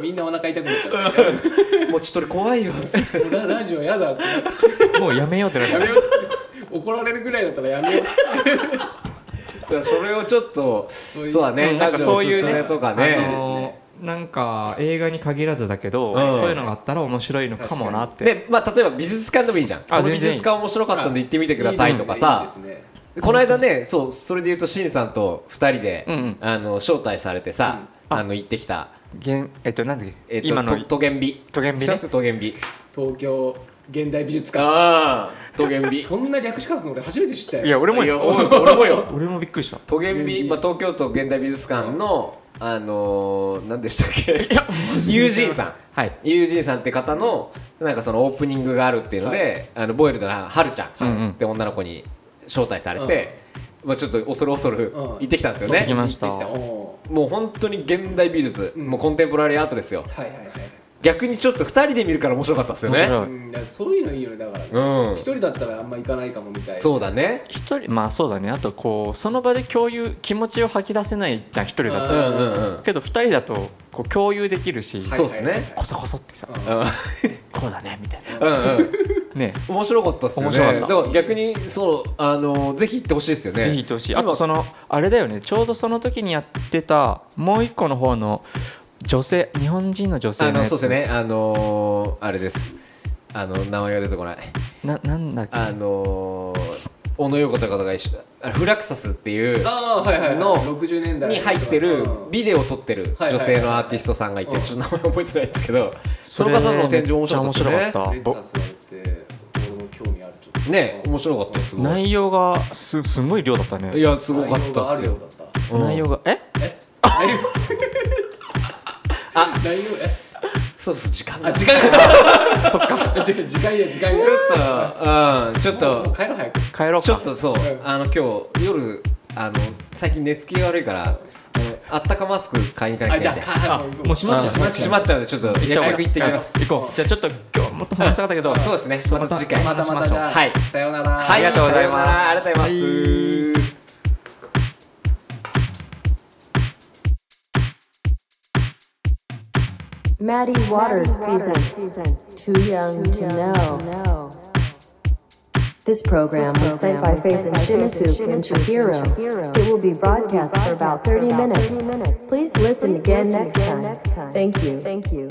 [SPEAKER 3] み みんなお腹痛くなっちゃっ
[SPEAKER 1] うんもうちょっと俺怖いよつって
[SPEAKER 3] て俺はラジオやだっ て
[SPEAKER 2] もうやめようってな
[SPEAKER 3] や
[SPEAKER 2] る
[SPEAKER 3] めようっつって怒られるぐらいだったらやめようっつって
[SPEAKER 1] だからそれをちょっとそう
[SPEAKER 3] いう
[SPEAKER 1] だね
[SPEAKER 2] うん
[SPEAKER 1] なんかそういう
[SPEAKER 2] なんかそう
[SPEAKER 1] ねと
[SPEAKER 2] いうね
[SPEAKER 1] か
[SPEAKER 2] あ
[SPEAKER 1] ね
[SPEAKER 2] のーなんか映画に限らずだけど、
[SPEAKER 1] うん
[SPEAKER 2] そういうのがあったら面白いのかもなって
[SPEAKER 1] でまあ例えば美術館でもいいじゃんこ
[SPEAKER 2] あ
[SPEAKER 1] の美
[SPEAKER 2] 全然いい
[SPEAKER 1] 術館面白かったんで行ってみてくださいとかさ
[SPEAKER 3] いいですね
[SPEAKER 1] この間ねそうそれで言うとしんさんと2人で、
[SPEAKER 2] うんうん
[SPEAKER 1] あの招待されてさ、あの行ってきた、
[SPEAKER 2] 現えっとなんだっけ、
[SPEAKER 1] えっと
[SPEAKER 2] 今の
[SPEAKER 1] とトゲンビ
[SPEAKER 2] トゲンビね
[SPEAKER 1] シャストゲンビ
[SPEAKER 3] 東京現代美術館
[SPEAKER 1] ああトゲンビ
[SPEAKER 3] そんな略し方するの俺初めて知ったよ
[SPEAKER 2] いや俺も
[SPEAKER 1] いや
[SPEAKER 2] よ
[SPEAKER 1] 俺も俺もよ
[SPEAKER 2] 俺もびっくりした
[SPEAKER 1] トゲン
[SPEAKER 3] トゲン
[SPEAKER 1] ビ、
[SPEAKER 3] ビ
[SPEAKER 1] まあ、東京都現代美術館のあのー、何でしたっけ
[SPEAKER 2] いや
[SPEAKER 1] ユージンさん
[SPEAKER 2] はい
[SPEAKER 1] ユージンさんって方のなんかそのオープニングがあるっていうので、あのボイルドなはるちゃ
[SPEAKER 2] うんうん
[SPEAKER 1] んって女の子に招待されて、まあ、ちょっと恐る恐る
[SPEAKER 3] うん
[SPEAKER 1] 行ってきたんですよ
[SPEAKER 2] 行っ
[SPEAKER 1] ね
[SPEAKER 2] てき、ました
[SPEAKER 3] 行ってきお
[SPEAKER 1] もう本当に現代美術、
[SPEAKER 3] ん
[SPEAKER 1] もうコンテンポラリーアートですよ
[SPEAKER 3] ーはいはいはい
[SPEAKER 1] 逆にちょっと2人で見るから面白かったですよね
[SPEAKER 2] 面白い
[SPEAKER 3] うんだからそういうのいいよねだからね
[SPEAKER 1] うん
[SPEAKER 3] 一人だったらあんま行かないかもみたいな
[SPEAKER 1] そうだね
[SPEAKER 2] 一人まあそうだねあとこうその場で共有気持ちを吐き出せないじゃん一人だ
[SPEAKER 1] う
[SPEAKER 2] と
[SPEAKER 1] んうんうん
[SPEAKER 2] けど二人だとこう共有できるし、
[SPEAKER 3] はい
[SPEAKER 1] そうですね
[SPEAKER 2] こそこそってさ、
[SPEAKER 3] うん
[SPEAKER 2] こうだねみたいな
[SPEAKER 1] うんうん
[SPEAKER 2] ね
[SPEAKER 1] 面白かったですよ
[SPEAKER 2] 面白か
[SPEAKER 1] ね
[SPEAKER 2] った
[SPEAKER 1] でも逆にそうあのぜひ行ってほしいですよね
[SPEAKER 2] ぜひ行ってほしい
[SPEAKER 1] 今
[SPEAKER 2] あとそのあれだよねちょうどその時にやってたもう一個の方の女性日本人の女
[SPEAKER 1] あ
[SPEAKER 2] 性の
[SPEAKER 1] の
[SPEAKER 2] や
[SPEAKER 1] そうで
[SPEAKER 2] つ
[SPEAKER 1] すねあのーあれですあの名前が出てこない
[SPEAKER 2] ななんだっけ
[SPEAKER 1] あのー小野洋子とかが一緒あフラクサスっていう
[SPEAKER 3] ああーはいはいはい
[SPEAKER 1] の
[SPEAKER 3] 60年代
[SPEAKER 1] に入ってる
[SPEAKER 3] うん
[SPEAKER 1] ビデオを撮ってる
[SPEAKER 3] はいはい
[SPEAKER 1] 女
[SPEAKER 3] はい
[SPEAKER 1] 性のアーティストさんがいて
[SPEAKER 3] うん
[SPEAKER 1] ちょっと名前覚えてないですけどその方の展示も面白かったですよ
[SPEAKER 2] めっ
[SPEAKER 1] ね
[SPEAKER 2] ちゃ面白か
[SPEAKER 3] レクサスって俺も興味あるちょっと
[SPEAKER 1] ね面白かったですごい
[SPEAKER 2] 内容がすすごい量だったね
[SPEAKER 1] いやすごかったっすよ
[SPEAKER 3] 内容が
[SPEAKER 1] うん
[SPEAKER 2] 内容がえ
[SPEAKER 3] あるようだったあ内容
[SPEAKER 1] そうそう時間
[SPEAKER 3] え
[SPEAKER 1] が
[SPEAKER 3] あ
[SPEAKER 1] ちょ
[SPEAKER 3] 時間 がそっか時間や時間や
[SPEAKER 1] っとうんちょっ
[SPEAKER 3] もう
[SPEAKER 1] と
[SPEAKER 3] 帰ろう早く
[SPEAKER 2] 帰ろうか
[SPEAKER 1] ちょっとそう
[SPEAKER 3] うん
[SPEAKER 1] あの今日夜あの最近寝つきが悪いからあのあったかマスク買いに行かな
[SPEAKER 3] あ
[SPEAKER 1] き
[SPEAKER 3] じ
[SPEAKER 1] ゃ
[SPEAKER 3] ゃ
[SPEAKER 1] いけない
[SPEAKER 3] あ
[SPEAKER 2] あ
[SPEAKER 3] 帰
[SPEAKER 2] もう閉まっ
[SPEAKER 1] うん
[SPEAKER 2] ちゃう
[SPEAKER 1] 閉まっちゃうんでちょっと早く行ってきます
[SPEAKER 2] 行こうじゃあちょっと今日もっと話したかったけど
[SPEAKER 1] そうですねまた次回
[SPEAKER 3] またまたじゃあ
[SPEAKER 1] はい
[SPEAKER 3] さようなら
[SPEAKER 1] は
[SPEAKER 2] ありがとうございます
[SPEAKER 1] さようならありがとうございます、
[SPEAKER 4] Maddie Waters presents Too Young to Know. This program was sent by Faith and Shimizu and Shapiro. It will be broadcast for about 30 minutes. Please listen again next time. Thank you. Thank you.